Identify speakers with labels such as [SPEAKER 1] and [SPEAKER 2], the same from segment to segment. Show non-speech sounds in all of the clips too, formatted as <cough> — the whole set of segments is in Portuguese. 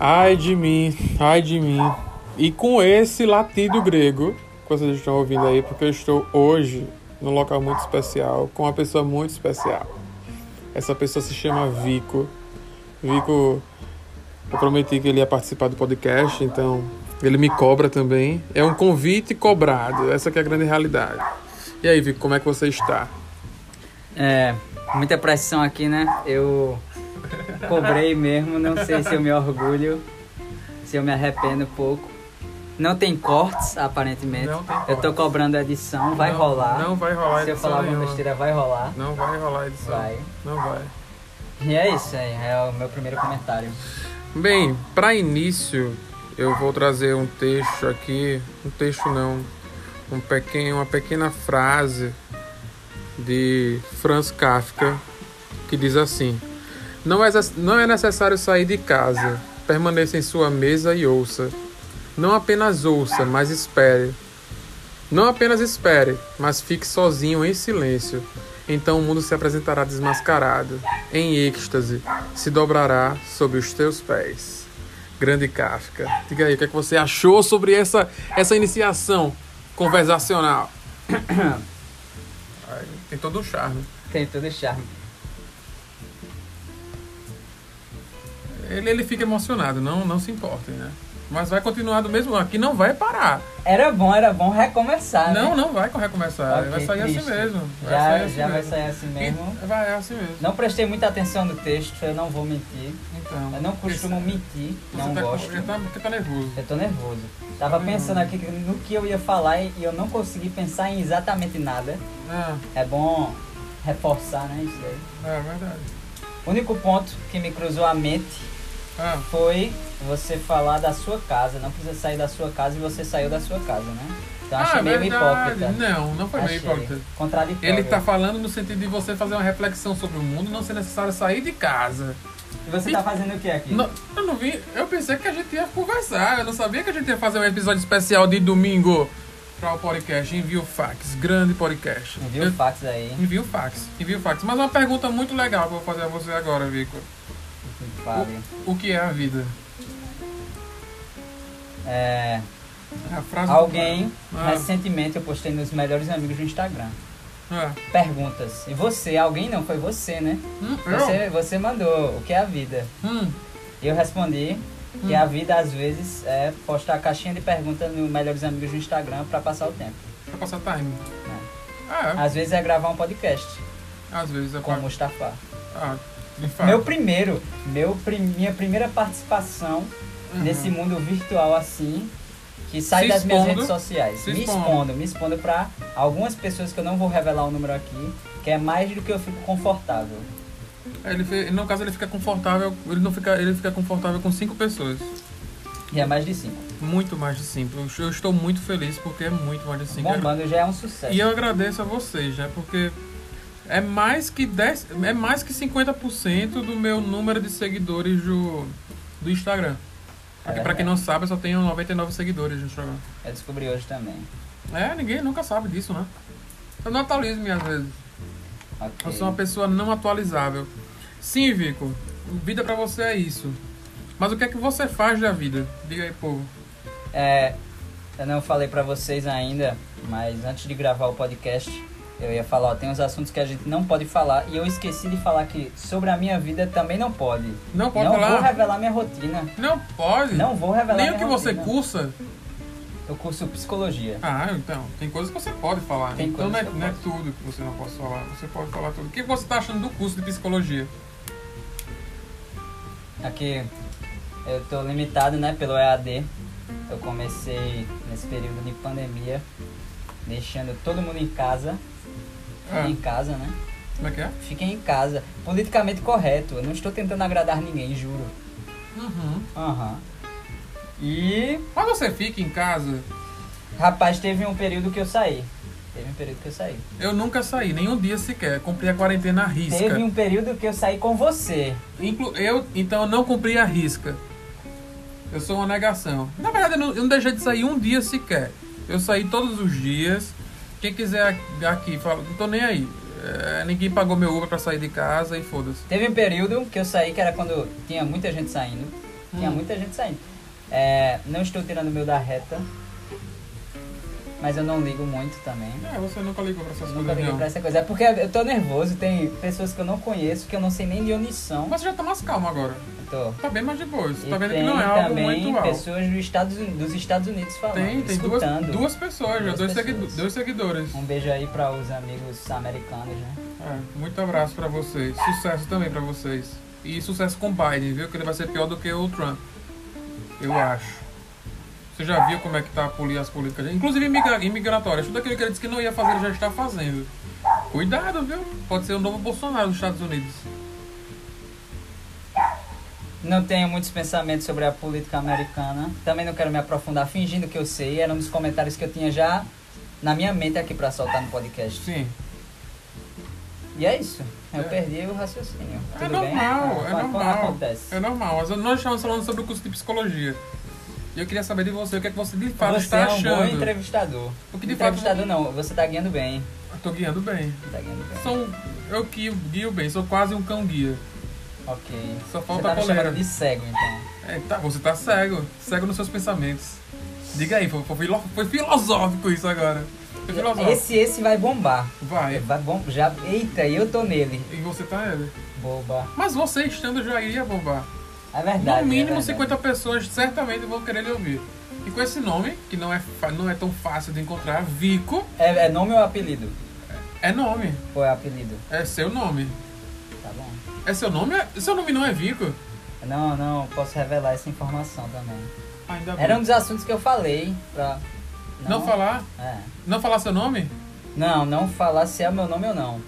[SPEAKER 1] Ai de mim, ai de mim. E com esse latido grego que vocês estão ouvindo aí, porque eu estou hoje num local muito especial, com uma pessoa muito especial. Essa pessoa se chama Vico. Vico, eu prometi que ele ia participar do podcast, então ele me cobra também. É um convite cobrado, essa que é a grande realidade. E aí, Vico, como é que você está?
[SPEAKER 2] É, muita pressão aqui, né? Eu cobrei mesmo, não sei se eu me orgulho, se eu me arrependo um pouco. Não tem cortes, aparentemente.
[SPEAKER 1] Não tem
[SPEAKER 2] Eu tô
[SPEAKER 1] cortes.
[SPEAKER 2] cobrando edição, vai
[SPEAKER 1] Não,
[SPEAKER 2] rolar.
[SPEAKER 1] não vai rolar
[SPEAKER 2] Se eu
[SPEAKER 1] edição
[SPEAKER 2] falar alguma
[SPEAKER 1] nenhuma.
[SPEAKER 2] besteira, vai rolar.
[SPEAKER 1] Não vai rolar edição.
[SPEAKER 2] Vai.
[SPEAKER 1] Não vai.
[SPEAKER 2] E é isso aí, é o meu primeiro comentário.
[SPEAKER 1] Bem, para início, eu vou trazer um texto aqui, um texto não, um pequeno, uma pequena frase de Franz Kafka que diz assim: não é, necess- não é necessário sair de casa, permaneça em sua mesa e ouça. Não apenas ouça, mas espere. Não apenas espere, mas fique sozinho em silêncio. Então o mundo se apresentará desmascarado, em êxtase, se dobrará sob os teus pés. Grande Kafka. Diga aí, o que, é que você achou sobre essa, essa iniciação conversacional? <coughs> Ai, Tem todo um charme.
[SPEAKER 2] Tem todo o charme.
[SPEAKER 1] Ele, ele fica emocionado, não, não se importem, né? Mas vai continuar do mesmo aqui, não vai parar.
[SPEAKER 2] Era bom, era bom recomeçar. né?
[SPEAKER 1] Não, não vai recomeçar.
[SPEAKER 2] Ok,
[SPEAKER 1] vai sair assim
[SPEAKER 2] triste.
[SPEAKER 1] mesmo. Vai
[SPEAKER 2] Já,
[SPEAKER 1] sair assim
[SPEAKER 2] já vai
[SPEAKER 1] mesmo.
[SPEAKER 2] sair assim mesmo.
[SPEAKER 1] E- vai, é assim mesmo.
[SPEAKER 2] Não prestei muita atenção no texto, eu não vou mentir.
[SPEAKER 1] Então.
[SPEAKER 2] Eu não costumo mentir,
[SPEAKER 1] Você
[SPEAKER 2] não
[SPEAKER 1] tá,
[SPEAKER 2] gosto.
[SPEAKER 1] já tá- porque tá nervoso.
[SPEAKER 2] Eu tô nervoso.
[SPEAKER 1] Hum.
[SPEAKER 2] Tava pensando aqui no que eu ia falar e e eu não consegui pensar em exatamente nada.
[SPEAKER 1] Ah,
[SPEAKER 2] É bom reforçar, né, isso daí.
[SPEAKER 1] é verdade.
[SPEAKER 2] O único ponto que me cruzou a mente
[SPEAKER 1] Ah,
[SPEAKER 2] foi você falar da sua casa. Não precisa sair da sua casa e você saiu da sua casa, né? Então achei
[SPEAKER 1] ah,
[SPEAKER 2] meio
[SPEAKER 1] verdade.
[SPEAKER 2] hipócrita.
[SPEAKER 1] Não, não foi meio
[SPEAKER 2] Achei.
[SPEAKER 1] hipócrita.
[SPEAKER 2] Contraditório.
[SPEAKER 1] Ele tá falando no sentido de você fazer uma reflexão sobre o mundo, não ser necessário sair de casa.
[SPEAKER 2] E você tá fazendo o que aqui?
[SPEAKER 1] Não- eu não vi, eu pensei que a gente ia conversar, eu não sabia que a gente ia fazer um episódio especial de domingo para o podcast. Envia o fax, grande podcast.
[SPEAKER 2] Envia
[SPEAKER 1] Eu-
[SPEAKER 2] o fax aí.
[SPEAKER 1] Envia o fax, envia o fax. Mas uma pergunta muito legal que eu vou fazer a você agora, Vico.
[SPEAKER 2] Me Fale.
[SPEAKER 1] O que é a vida?
[SPEAKER 2] É,
[SPEAKER 1] É a frase do
[SPEAKER 2] alguém,
[SPEAKER 1] Ah.
[SPEAKER 2] recentemente eu postei nos melhores amigos do Instagram.
[SPEAKER 1] cara. É.
[SPEAKER 2] Perguntas. E você? Alguém não? Foi você, né?
[SPEAKER 1] Hum, eu?
[SPEAKER 2] Você, você mandou o que é a vida.
[SPEAKER 1] Hum,
[SPEAKER 2] E eu respondi que a vida às vezes é postar a caixinha de perguntas no Melhores Amigos do Instagram pra passar o tempo.
[SPEAKER 1] deixa eu passar time. Ah,
[SPEAKER 2] Às vezes é gravar um podcast
[SPEAKER 1] é. às vezes eu
[SPEAKER 2] com o Mustafa.
[SPEAKER 1] Ah, de fato.
[SPEAKER 2] Meu primeiro, meu prim- minha primeira participação
[SPEAKER 1] Uhum.
[SPEAKER 2] nesse mundo virtual assim, que sai
[SPEAKER 1] Se
[SPEAKER 2] das minhas
[SPEAKER 1] expondo,
[SPEAKER 2] redes sociais.
[SPEAKER 1] se
[SPEAKER 2] me
[SPEAKER 1] expondo.
[SPEAKER 2] expondo, me expondo pra algumas pessoas que eu não vou revelar o número aqui, que é mais do que eu fico confortável.
[SPEAKER 1] Ele, fe- no caso, ele fica confortável. Ele não fica. Ele fica confortável com cinco pessoas.
[SPEAKER 2] E é mais de cinco.
[SPEAKER 1] Muito mais de cinco. Eu- Eu estou muito feliz porque é muito mais de cinco.
[SPEAKER 2] Bombando já é um sucesso.
[SPEAKER 1] E eu agradeço a vocês, né? Porque é mais que 10, é mais que 50% do meu número de seguidores do, do Instagram.
[SPEAKER 2] É.
[SPEAKER 1] Porque pra quem não sabe, eu só tenho 99 seguidores no Instagram.
[SPEAKER 2] Eu descobri hoje também.
[SPEAKER 1] É, ninguém nunca sabe disso, né? Eu não atualizo minhas vezes.
[SPEAKER 2] Ok.
[SPEAKER 1] Eu sou uma pessoa não atualizável. Sim, Vico, vida pra você é isso. Mas o que é que você faz da vida? Diga aí, povo.
[SPEAKER 2] É, eu não falei pra vocês ainda, mas antes de gravar o podcast, eu ia falar, ó, tem uns assuntos que a gente não pode falar e eu esqueci de falar que sobre a minha vida também não pode.
[SPEAKER 1] Não pode
[SPEAKER 2] não vou
[SPEAKER 1] falar?
[SPEAKER 2] revelar minha rotina.
[SPEAKER 1] Não pode.
[SPEAKER 2] Não vou revelar
[SPEAKER 1] Nem
[SPEAKER 2] minha
[SPEAKER 1] o que você
[SPEAKER 2] rotina.
[SPEAKER 1] cursa.
[SPEAKER 2] Eu curso psicologia.
[SPEAKER 1] Ah, então. Tem coisas que você pode falar.
[SPEAKER 2] Tem
[SPEAKER 1] então
[SPEAKER 2] coisas
[SPEAKER 1] não é,
[SPEAKER 2] que eu
[SPEAKER 1] não é
[SPEAKER 2] posso.
[SPEAKER 1] tudo que você não pode falar. Você pode falar tudo. O que você tá achando do curso de psicologia?
[SPEAKER 2] Aqui eu tô limitado, né, pelo EAD. Eu comecei nesse período de pandemia, deixando todo mundo em casa.
[SPEAKER 1] Ah,
[SPEAKER 2] Em casa, né?
[SPEAKER 1] como é que é?
[SPEAKER 2] Fiquem em casa. Politicamente correto. Eu não estou tentando agradar ninguém, juro.
[SPEAKER 1] Uhum.
[SPEAKER 2] Aham. E,
[SPEAKER 1] Mas você fica em casa.
[SPEAKER 2] rapaz, teve um período que eu saí. Teve um período que eu saí.
[SPEAKER 1] Eu nunca saí, nenhum dia sequer. Cumpri a quarentena à risca.
[SPEAKER 2] Teve um período que eu saí com você.
[SPEAKER 1] Inclu- eu, então, eu não cumpri a risca. Eu sou uma negação. Na verdade, eu não, eu não deixei de sair um dia sequer. Eu saí todos os dias. Quem quiser aqui, aqui fala, não tô nem aí. É, ninguém pagou meu Uber pra sair de casa e foda-se.
[SPEAKER 2] Teve um período que eu saí que era quando tinha muita gente saindo. Tinha muita gente saindo. É, não estou tirando o meu da reta. Mas eu não ligo muito também.
[SPEAKER 1] É, você nunca ligou pra essas
[SPEAKER 2] Nunca
[SPEAKER 1] coisas,
[SPEAKER 2] liguei
[SPEAKER 1] não.
[SPEAKER 2] pra essa coisa. É porque eu tô nervoso, tem pessoas que eu não conheço, que eu não sei nem de onde são.
[SPEAKER 1] Mas você já tá mais calmo agora.
[SPEAKER 2] Tô.
[SPEAKER 1] Tá bem mais de boa. Você
[SPEAKER 2] E
[SPEAKER 1] tá vendo que
[SPEAKER 2] tem
[SPEAKER 1] não é algo
[SPEAKER 2] também
[SPEAKER 1] muito alto.
[SPEAKER 2] pessoas dos Estados, Unidos- dos Estados Unidos falando,
[SPEAKER 1] Tem, tem duas,
[SPEAKER 2] escutando.
[SPEAKER 1] duas pessoas já,
[SPEAKER 2] Duas
[SPEAKER 1] dois,
[SPEAKER 2] pessoas.
[SPEAKER 1] segui- dois seguidores.
[SPEAKER 2] Um beijo aí para os amigos americanos, né?
[SPEAKER 1] É, muito abraço pra vocês. Sucesso também pra vocês. E sucesso com o Biden, viu? Que ele vai ser pior do que o Trump. Eu acho. Você já viu como é que tá a poli- as políticas? Inclusive imigra- imigratórias. Tudo aquilo que ele disse que não ia fazer, ele já está fazendo. Cuidado, viu? Pode ser o novo Bolsonaro dos Estados Unidos.
[SPEAKER 2] Não tenho muitos pensamentos sobre a política americana. Também não quero me aprofundar fingindo que eu sei. Era um dos comentários que eu tinha já na minha mente aqui para soltar no podcast.
[SPEAKER 1] Sim.
[SPEAKER 2] E é isso. Eu
[SPEAKER 1] É.
[SPEAKER 2] perdi o raciocínio.
[SPEAKER 1] É
[SPEAKER 2] Tudo bem?
[SPEAKER 1] normal, é
[SPEAKER 2] Quando
[SPEAKER 1] normal.
[SPEAKER 2] Acontece.
[SPEAKER 1] É normal, mas nós estamos falando sobre o curso de psicologia. E eu queria saber de você, o que é que você de fato
[SPEAKER 2] Você
[SPEAKER 1] está
[SPEAKER 2] é um bom
[SPEAKER 1] achando?
[SPEAKER 2] entrevistador.
[SPEAKER 1] O que de fato.
[SPEAKER 2] entrevistador não, você tá guiando bem.
[SPEAKER 1] Eu tô guiando bem.
[SPEAKER 2] Tá guiando bem.
[SPEAKER 1] Sou. Eu que guio bem, sou quase um cão guia.
[SPEAKER 2] Ok.
[SPEAKER 1] Só
[SPEAKER 2] Você
[SPEAKER 1] falta
[SPEAKER 2] tá
[SPEAKER 1] a
[SPEAKER 2] me
[SPEAKER 1] coleira.
[SPEAKER 2] chamando de cego, então.
[SPEAKER 1] É, tá, você tá cego. Cego nos seus pensamentos. Diga aí, foi, foi filo- foi filosófico isso agora. Foi filosófico.
[SPEAKER 2] Esse, esse vai bombar.
[SPEAKER 1] Vai.
[SPEAKER 2] Vai bom, já, eita, eu tô nele.
[SPEAKER 1] E você tá ele.
[SPEAKER 2] Boba.
[SPEAKER 1] Mas você estando já iria bombar.
[SPEAKER 2] É verdade.
[SPEAKER 1] no mínimo
[SPEAKER 2] é verdade.
[SPEAKER 1] 50 pessoas certamente vão querer lhe ouvir. E com esse nome, que não é, fa- não é tão fácil de encontrar, Vico
[SPEAKER 2] É, é nome ou apelido?
[SPEAKER 1] é nome.
[SPEAKER 2] Ou é apelido?
[SPEAKER 1] É seu nome.
[SPEAKER 2] Tá bom.
[SPEAKER 1] É seu nome? É- Seu nome não é Vico?
[SPEAKER 2] Não, não, posso revelar essa informação também.
[SPEAKER 1] Ainda bem.
[SPEAKER 2] Era um dos assuntos que eu falei pra.
[SPEAKER 1] Tá Não falar?
[SPEAKER 2] É.
[SPEAKER 1] Não falar seu nome?
[SPEAKER 2] Não, não falar se é meu nome ou não.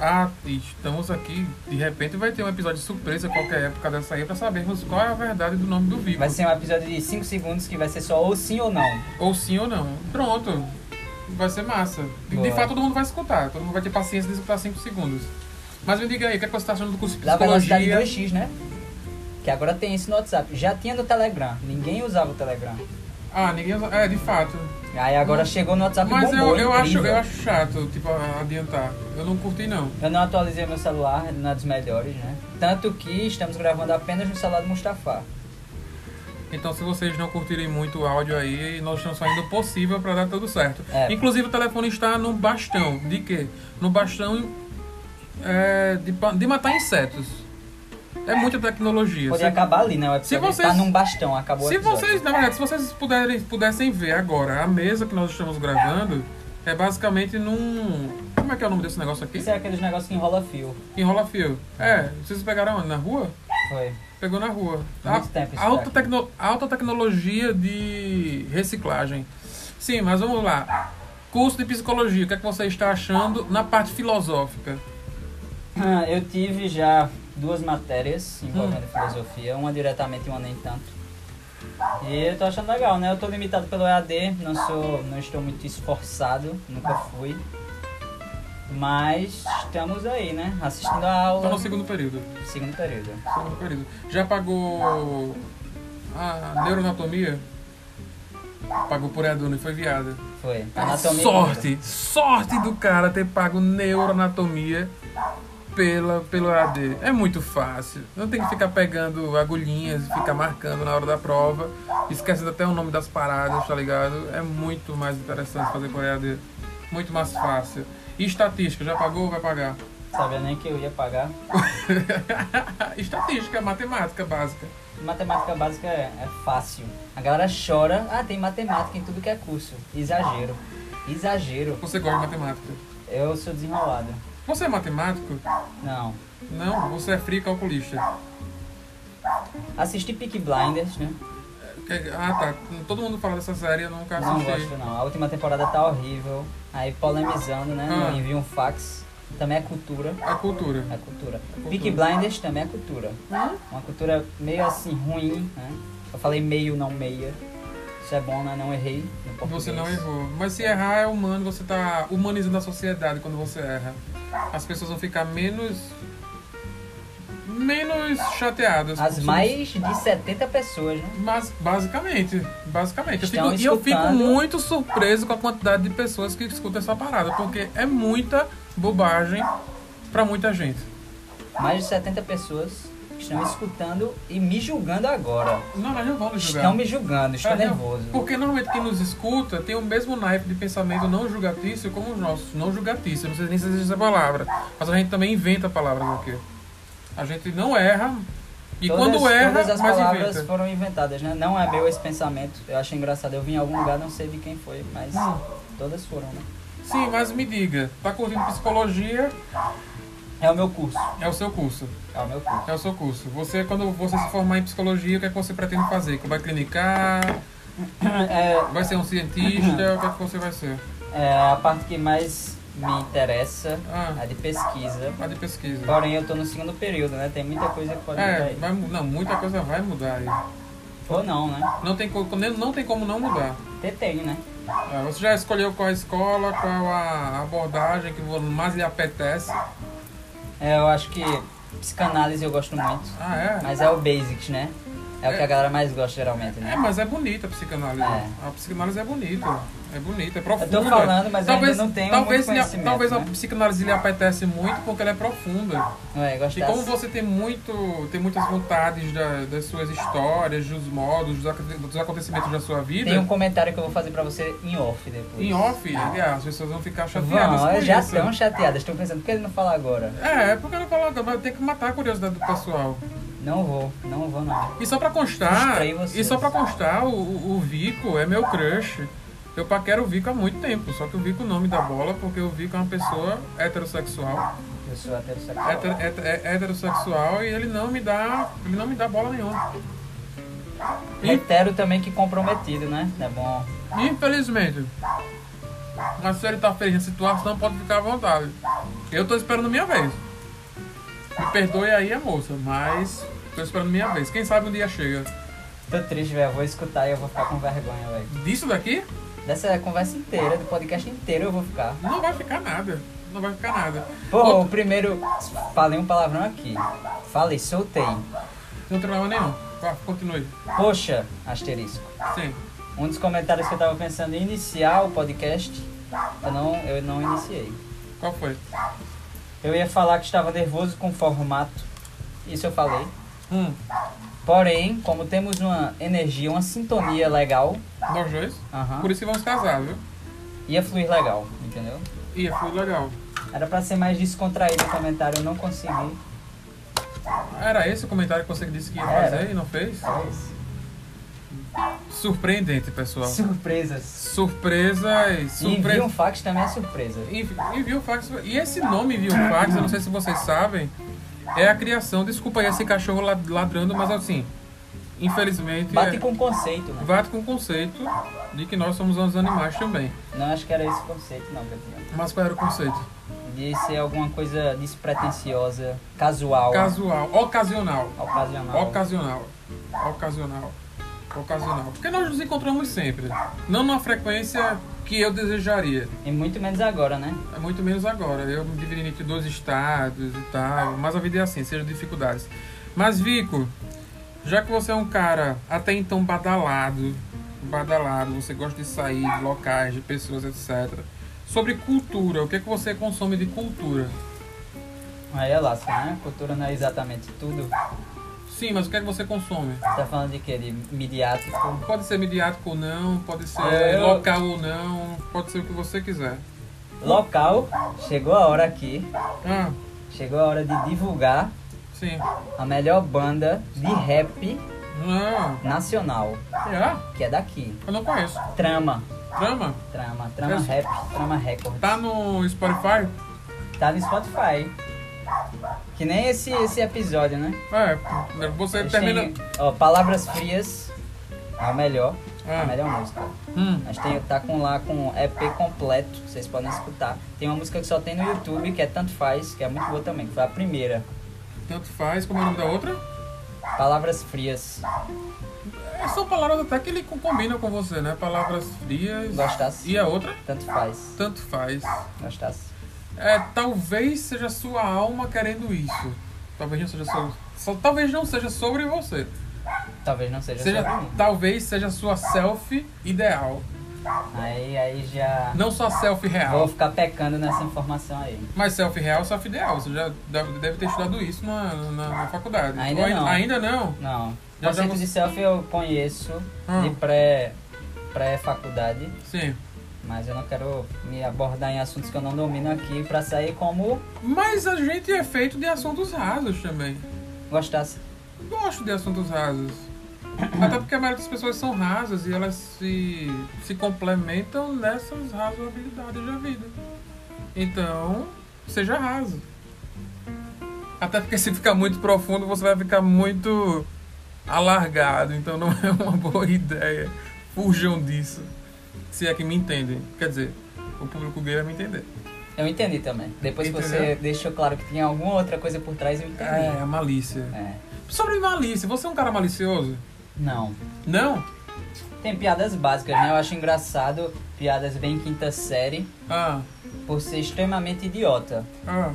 [SPEAKER 1] Ah, estamos aqui. De repente vai ter um episódio surpresa a qualquer época dessa aí pra sabermos qual é a verdade do nome do Vico.
[SPEAKER 2] Vai ser um episódio de 5 segundos que vai ser só ou sim ou não.
[SPEAKER 1] Ou sim ou não. Pronto. Vai ser massa. De, de
[SPEAKER 2] Boa.
[SPEAKER 1] fato todo mundo vai escutar. Todo mundo vai ter paciência de escutar 5 segundos. Mas me diga aí, o que, é que você tá achando do curso de
[SPEAKER 2] Da velocidade
[SPEAKER 1] psicologia?
[SPEAKER 2] 2x, né? Que agora tem isso no WhatsApp. Já tinha no Telegram. Ninguém usava o Telegram.
[SPEAKER 1] Ah, ninguém. usa- É, de fato.
[SPEAKER 2] Aí agora chegou no WhatsApp e
[SPEAKER 1] Mas
[SPEAKER 2] bombou,
[SPEAKER 1] eu, eu, acho,
[SPEAKER 2] incrível.
[SPEAKER 1] eu acho chato, tipo, a- adiantar. Eu não curti não.
[SPEAKER 2] Eu não atualizei meu celular, não é dos melhores, né? Tanto que estamos gravando apenas no celular do Mustafa.
[SPEAKER 1] Então, se vocês não curtirem muito o áudio aí, nós estamos fazendo o possível para dar tudo certo.
[SPEAKER 2] É.
[SPEAKER 1] Inclusive, o telefone está no bastão. De quê? No bastão é, de, pa- de matar insetos. É muita tecnologia.
[SPEAKER 2] Poderia
[SPEAKER 1] Se-
[SPEAKER 2] acabar ali, né? O episódio
[SPEAKER 1] vocês-
[SPEAKER 2] tá num bastão, acabou o
[SPEAKER 1] se
[SPEAKER 2] episódio.
[SPEAKER 1] vocês, na verdade, se vocês puderem, pudessem ver agora a mesa que nós estamos gravando, é basicamente num. Como é que é o nome desse negócio aqui?
[SPEAKER 2] Isso é aqueles negócios que enrola fio.
[SPEAKER 1] Enrola fio. É, vocês pegaram onde? Na rua?
[SPEAKER 2] Foi.
[SPEAKER 1] Pegou na rua.
[SPEAKER 2] Há muito tempo isso
[SPEAKER 1] alta,
[SPEAKER 2] daqui.
[SPEAKER 1] tecno- alta tecnologia de reciclagem. Sim, mas vamos lá. Curso de psicologia, o que é que você está achando na parte filosófica?
[SPEAKER 2] Ah, eu tive já duas matérias envolvendo
[SPEAKER 1] Hum.
[SPEAKER 2] filosofia, uma diretamente e uma nem tanto. E eu tô achando legal, né? Eu tô limitado pelo EAD, não sou, não estou muito esforçado, nunca fui. Mas estamos aí, né? Assistindo a
[SPEAKER 1] Estou
[SPEAKER 2] aula.
[SPEAKER 1] no segundo período.
[SPEAKER 2] Segundo período.
[SPEAKER 1] Segundo período. Já pagou a neuroanatomia? Pagou por Eduno e foi viada.
[SPEAKER 2] Foi. Anatomia.
[SPEAKER 1] sorte, sorte do cara ter pago neuroanatomia pela, pelo AD. É muito fácil. Não tem que ficar pegando agulhinhas e ficar marcando na hora da prova, esquecendo até o nome das paradas, tá ligado? É muito mais interessante fazer por EAD. Muito mais fácil. E estatística, já pagou ou vai pagar? <laughs>
[SPEAKER 2] Sabia nem que eu ia pagar.
[SPEAKER 1] estatística, matemática básica.
[SPEAKER 2] Matemática básica é, é fácil. A galera chora. Ah, tem matemática em tudo que é curso. Exagero. Exagero.
[SPEAKER 1] Você gosta de matemática.
[SPEAKER 2] Eu sou desenrolado.
[SPEAKER 1] Você é matemático?
[SPEAKER 2] Não.
[SPEAKER 1] Não, você é frio calculista.
[SPEAKER 2] Assisti Peak Blinders, né?
[SPEAKER 1] Que- Ah, tá. Todo mundo fala dessa série, eu nunca
[SPEAKER 2] Não
[SPEAKER 1] assisti.
[SPEAKER 2] gosto não. A última temporada tá horrível. Aí polemizando, né?
[SPEAKER 1] Ah.
[SPEAKER 2] Não envia um fax. Também é cultura.
[SPEAKER 1] A cultura.
[SPEAKER 2] É cultura. Peak Blinders também é cultura. Uma cultura meio assim ruim, né? Eu falei meio, não meia. Isso é bom, né? Não errei no português.
[SPEAKER 1] Você não errou. Mas se errar é humano, você tá humanizando a sociedade quando você erra. As pessoas vão ficar menos. menos chateadas.
[SPEAKER 2] As mais de 70 pessoas, né?
[SPEAKER 1] Mas, basicamente, basicamente. Eu
[SPEAKER 2] Estão
[SPEAKER 1] fico- e eu fico
[SPEAKER 2] escutando.
[SPEAKER 1] muito surpreso com a quantidade de pessoas que escutam essa parada, porque é muita bobagem pra muita gente.
[SPEAKER 2] Mais de 70 pessoas estão escutando e me julgando agora.
[SPEAKER 1] Não, nós não vamos julgar.
[SPEAKER 2] Estão me julgando, estou
[SPEAKER 1] É, não.
[SPEAKER 2] nervoso.
[SPEAKER 1] Porque normalmente quem nos escuta tem o mesmo naipe de pensamento não julgatício como os nossos. Não julgatício, não sei nem se existe essa palavra. Mas a gente também inventa palavras aqui. A gente não erra. E
[SPEAKER 2] Todas-
[SPEAKER 1] quando erra,
[SPEAKER 2] todas as
[SPEAKER 1] mas
[SPEAKER 2] palavras
[SPEAKER 1] inventa.
[SPEAKER 2] foram inventadas, né? Não é meu esse pensamento. Eu acho engraçado. Eu vim em algum lugar, não sei de quem foi, mas
[SPEAKER 1] Hum.
[SPEAKER 2] todas foram, né?
[SPEAKER 1] Sim, mas me diga, tá curtindo psicologia?
[SPEAKER 2] É o meu curso.
[SPEAKER 1] É o seu curso.
[SPEAKER 2] É o meu curso. <clears throat>
[SPEAKER 1] É o seu curso. Você, quando você se formar em psicologia, o que é que você pretende fazer? Vai clinicar?
[SPEAKER 2] É,
[SPEAKER 1] Vai ser um cientista? O que é que você vai ser?
[SPEAKER 2] é a parte que mais me interessa é
[SPEAKER 1] Ah,
[SPEAKER 2] a de pesquisa.
[SPEAKER 1] a de pesquisa.
[SPEAKER 2] Porém, eu tô no segundo período, né? Tem muita coisa que pode mudar
[SPEAKER 1] É,
[SPEAKER 2] aí.
[SPEAKER 1] vai, mu- não, muita coisa vai mudar aí.
[SPEAKER 2] Ou não, né?
[SPEAKER 1] Não tem, co- nem- não tem como não mudar.
[SPEAKER 2] Tentei, né?
[SPEAKER 1] É, Você já escolheu qual a escola, qual a abordagem que vo- mais lhe apetece?
[SPEAKER 2] É, eu acho que psicanálise eu gosto muito.
[SPEAKER 1] Ah, é?
[SPEAKER 2] Mas é o basics, né? É o que a galera mais gosta geralmente,
[SPEAKER 1] É,
[SPEAKER 2] né?
[SPEAKER 1] mas é bonita a psicanálise.
[SPEAKER 2] É.
[SPEAKER 1] A psicanálise é bonita. É bonita, é profunda.
[SPEAKER 2] Eu tô falando, mas eu
[SPEAKER 1] talvez,
[SPEAKER 2] ainda não tenho
[SPEAKER 1] talvez,
[SPEAKER 2] muito
[SPEAKER 1] lhe-
[SPEAKER 2] conhecimento,
[SPEAKER 1] talvez a
[SPEAKER 2] né?
[SPEAKER 1] psicanálise lhe apetece muito porque ela é profunda.
[SPEAKER 2] Ué, eu gosto
[SPEAKER 1] E como
[SPEAKER 2] das...
[SPEAKER 1] você tem muito, tem muitas vontades da- das suas histórias, dos modos, dos, ac- dos acontecimentos da sua vida,
[SPEAKER 2] Tem um comentário que eu vou fazer pra você em off depois.
[SPEAKER 1] em off, ah, as pessoas vão ficar chateadas
[SPEAKER 2] Vão,
[SPEAKER 1] com
[SPEAKER 2] já
[SPEAKER 1] isso.
[SPEAKER 2] estão chateadas. Estão pensando, por que ele não fala agora?
[SPEAKER 1] É, é porque eu não falo agora, mas tem que matar a curiosidade do pessoal.
[SPEAKER 2] Não vou, não vou não.
[SPEAKER 1] E só pra constar,
[SPEAKER 2] Distrair vocês.
[SPEAKER 1] e só pra constar, o- o, o Vico é meu crush. Eu paquero o Vico há muito tempo, só que o Vico não me dá bola, porque o Vico é uma pessoa heterossexual,
[SPEAKER 2] Eu sou heterossexual.
[SPEAKER 1] heter- heter- é- heterossexual e ele não me dá, ele não me dá bola nenhuma. E
[SPEAKER 2] Hetero também que comprometido, né? É bom.
[SPEAKER 1] Infelizmente. Mas se ele tá feliz na situação, pode ficar à vontade. Eu tô esperando minha vez. Me perdoe aí a moça, mas tô esperando minha vez. Quem sabe um dia chega.
[SPEAKER 2] Tô triste, velho. Eu Vou escutar e eu vou ficar com vergonha, velho.
[SPEAKER 1] Disso daqui,
[SPEAKER 2] Dessa conversa inteira, do podcast inteiro eu vou ficar.
[SPEAKER 1] não vai ficar nada. Não vai ficar nada.
[SPEAKER 2] Porra,
[SPEAKER 1] Outro-
[SPEAKER 2] o primeiro. Falei um palavrão aqui. Falei, soltei.
[SPEAKER 1] Não tem problema nenhum. Vá, continue.
[SPEAKER 2] Poxa, asterisco.
[SPEAKER 1] Sim.
[SPEAKER 2] Um dos comentários que eu tava pensando em iniciar o podcast, eu não, eu não iniciei.
[SPEAKER 1] Qual foi?
[SPEAKER 2] Eu ia falar que estava nervoso com o formato. Isso eu falei.
[SPEAKER 1] Hum.
[SPEAKER 2] Porém, como temos uma energia, uma sintonia legal,
[SPEAKER 1] Nós dois.
[SPEAKER 2] aham,
[SPEAKER 1] Por isso que vamos casar, viu?
[SPEAKER 2] ia fluir legal, entendeu?
[SPEAKER 1] Ih, foi legal.
[SPEAKER 2] Era pra ser mais descontraído o comentário, eu não consegui.
[SPEAKER 1] Era esse o comentário que você disse que ia
[SPEAKER 2] Era.
[SPEAKER 1] fazer e não fez?
[SPEAKER 2] Mas...
[SPEAKER 1] Surpreendente, pessoal.
[SPEAKER 2] Surpresas.
[SPEAKER 1] Surpresas.
[SPEAKER 2] E envia
[SPEAKER 1] Surpresas.
[SPEAKER 2] um fax também é surpresa.
[SPEAKER 1] Envi- Envio fax. E esse nome envio fax, eu não sei se vocês sabem, é a criação. Desculpa aí esse cachorro la- ladrando, mas assim, infelizmente.
[SPEAKER 2] Bate
[SPEAKER 1] é-
[SPEAKER 2] com o conceito, né?
[SPEAKER 1] bate com o conceito de que nós somos uns animais também.
[SPEAKER 2] Não acho que era esse o conceito, não, Gabriel.
[SPEAKER 1] Mas qual era o conceito?
[SPEAKER 2] De ser alguma coisa despretensiosa, casual,
[SPEAKER 1] Casual, ocasional.
[SPEAKER 2] ocasional.
[SPEAKER 1] Ocasional. Ocasional. Ocasional. Porque nós nos encontramos sempre. Não numa frequência que eu desejaria.
[SPEAKER 2] E muito menos agora, né?
[SPEAKER 1] É muito menos agora. Eu me dividi entre dois estados e tal. Mas a vida é assim, seja dificuldades. Mas, Vico, já que você é um cara até então badalado, badalado, você gosta de sair de locais, de pessoas, etc. Sobre cultura, o que, é que você consome de cultura?
[SPEAKER 2] Aí é lasca, né? Cultura não é exatamente tudo.
[SPEAKER 1] Sim, mas o que é que você consome?
[SPEAKER 2] Tá falando de quê? De midiático.
[SPEAKER 1] Pode ser midiático ou não, pode ser
[SPEAKER 2] É, eu-
[SPEAKER 1] local ou não, pode ser o que você quiser.
[SPEAKER 2] Local, chegou a hora aqui.
[SPEAKER 1] Ah,
[SPEAKER 2] Chegou a hora de divulgar
[SPEAKER 1] sim.
[SPEAKER 2] a melhor banda de rap
[SPEAKER 1] Ah,
[SPEAKER 2] nacional,
[SPEAKER 1] é?
[SPEAKER 2] que é daqui.
[SPEAKER 1] Eu não conheço.
[SPEAKER 2] Trama.
[SPEAKER 1] Drama?
[SPEAKER 2] Trama, trama
[SPEAKER 1] Mas-
[SPEAKER 2] rap, trama record.
[SPEAKER 1] Tá no Spotify?
[SPEAKER 2] Tá no Spotify. Que nem esse, esse episódio, né?
[SPEAKER 1] É, você
[SPEAKER 2] Eles
[SPEAKER 1] termina.
[SPEAKER 2] têm, ó, Palavras Frias, a melhor, a
[SPEAKER 1] Ah,
[SPEAKER 2] melhor música.
[SPEAKER 1] hum,
[SPEAKER 2] Mas tem, tá com lá com EP completo, vocês podem escutar. Tem uma música que só tem no YouTube, que é Tanto Faz, que é muito boa também, que foi a primeira.
[SPEAKER 1] tanto faz, como é o nome da outra?
[SPEAKER 2] Palavras Frias.
[SPEAKER 1] É, são palavras até que ele co- combina com você, né? Palavras frias.
[SPEAKER 2] Gostasse?
[SPEAKER 1] E a outra?
[SPEAKER 2] Tanto faz.
[SPEAKER 1] Tanto faz.
[SPEAKER 2] Gostasse?
[SPEAKER 1] É, talvez seja sua alma querendo isso. Talvez não seja sobre. só- talvez não seja sobre você.
[SPEAKER 2] Talvez não seja,
[SPEAKER 1] Seja,
[SPEAKER 2] sobre mim.
[SPEAKER 1] talvez seja sua selfie ideal.
[SPEAKER 2] Aí, aí já
[SPEAKER 1] Não só selfie real,
[SPEAKER 2] vou ficar pecando nessa informação aí.
[SPEAKER 1] mas selfie real, selfie ideal. Você já deve deve ter estudado isso na, na, na faculdade.
[SPEAKER 2] Ainda
[SPEAKER 1] Ou
[SPEAKER 2] não.
[SPEAKER 1] Ainda não?
[SPEAKER 2] Não.
[SPEAKER 1] Já
[SPEAKER 2] Conceito
[SPEAKER 1] damos-
[SPEAKER 2] de selfie eu conheço
[SPEAKER 1] Ah.
[SPEAKER 2] de pré, pré-faculdade,
[SPEAKER 1] Sim.
[SPEAKER 2] mas eu não quero me abordar em assuntos que eu não domino aqui pra sair como
[SPEAKER 1] Mas a gente é feito de assuntos rasos também.
[SPEAKER 2] gostasse.
[SPEAKER 1] Gosto de assuntos rasos. Até porque a maioria das pessoas são rasas e elas se, se complementam nessas razoabilidades da vida. Então, seja raso. Até porque se ficar muito profundo, você vai ficar muito alargado. Então não é uma boa <laughs> ideia. Fujam disso. Se é que me entendem. Quer dizer, o público gay vai me entender.
[SPEAKER 2] Eu entendi também. Depois que você
[SPEAKER 1] Entendeu?
[SPEAKER 2] deixou claro que tinha alguma outra coisa por trás, eu entendi.
[SPEAKER 1] É, a malícia.
[SPEAKER 2] É.
[SPEAKER 1] Sobre malícia, você é um cara malicioso?
[SPEAKER 2] Não.
[SPEAKER 1] Não?
[SPEAKER 2] Tem piadas básicas, né? Eu acho engraçado piadas bem quinta série
[SPEAKER 1] Ah,
[SPEAKER 2] por ser extremamente idiota. <laughs>
[SPEAKER 1] ah.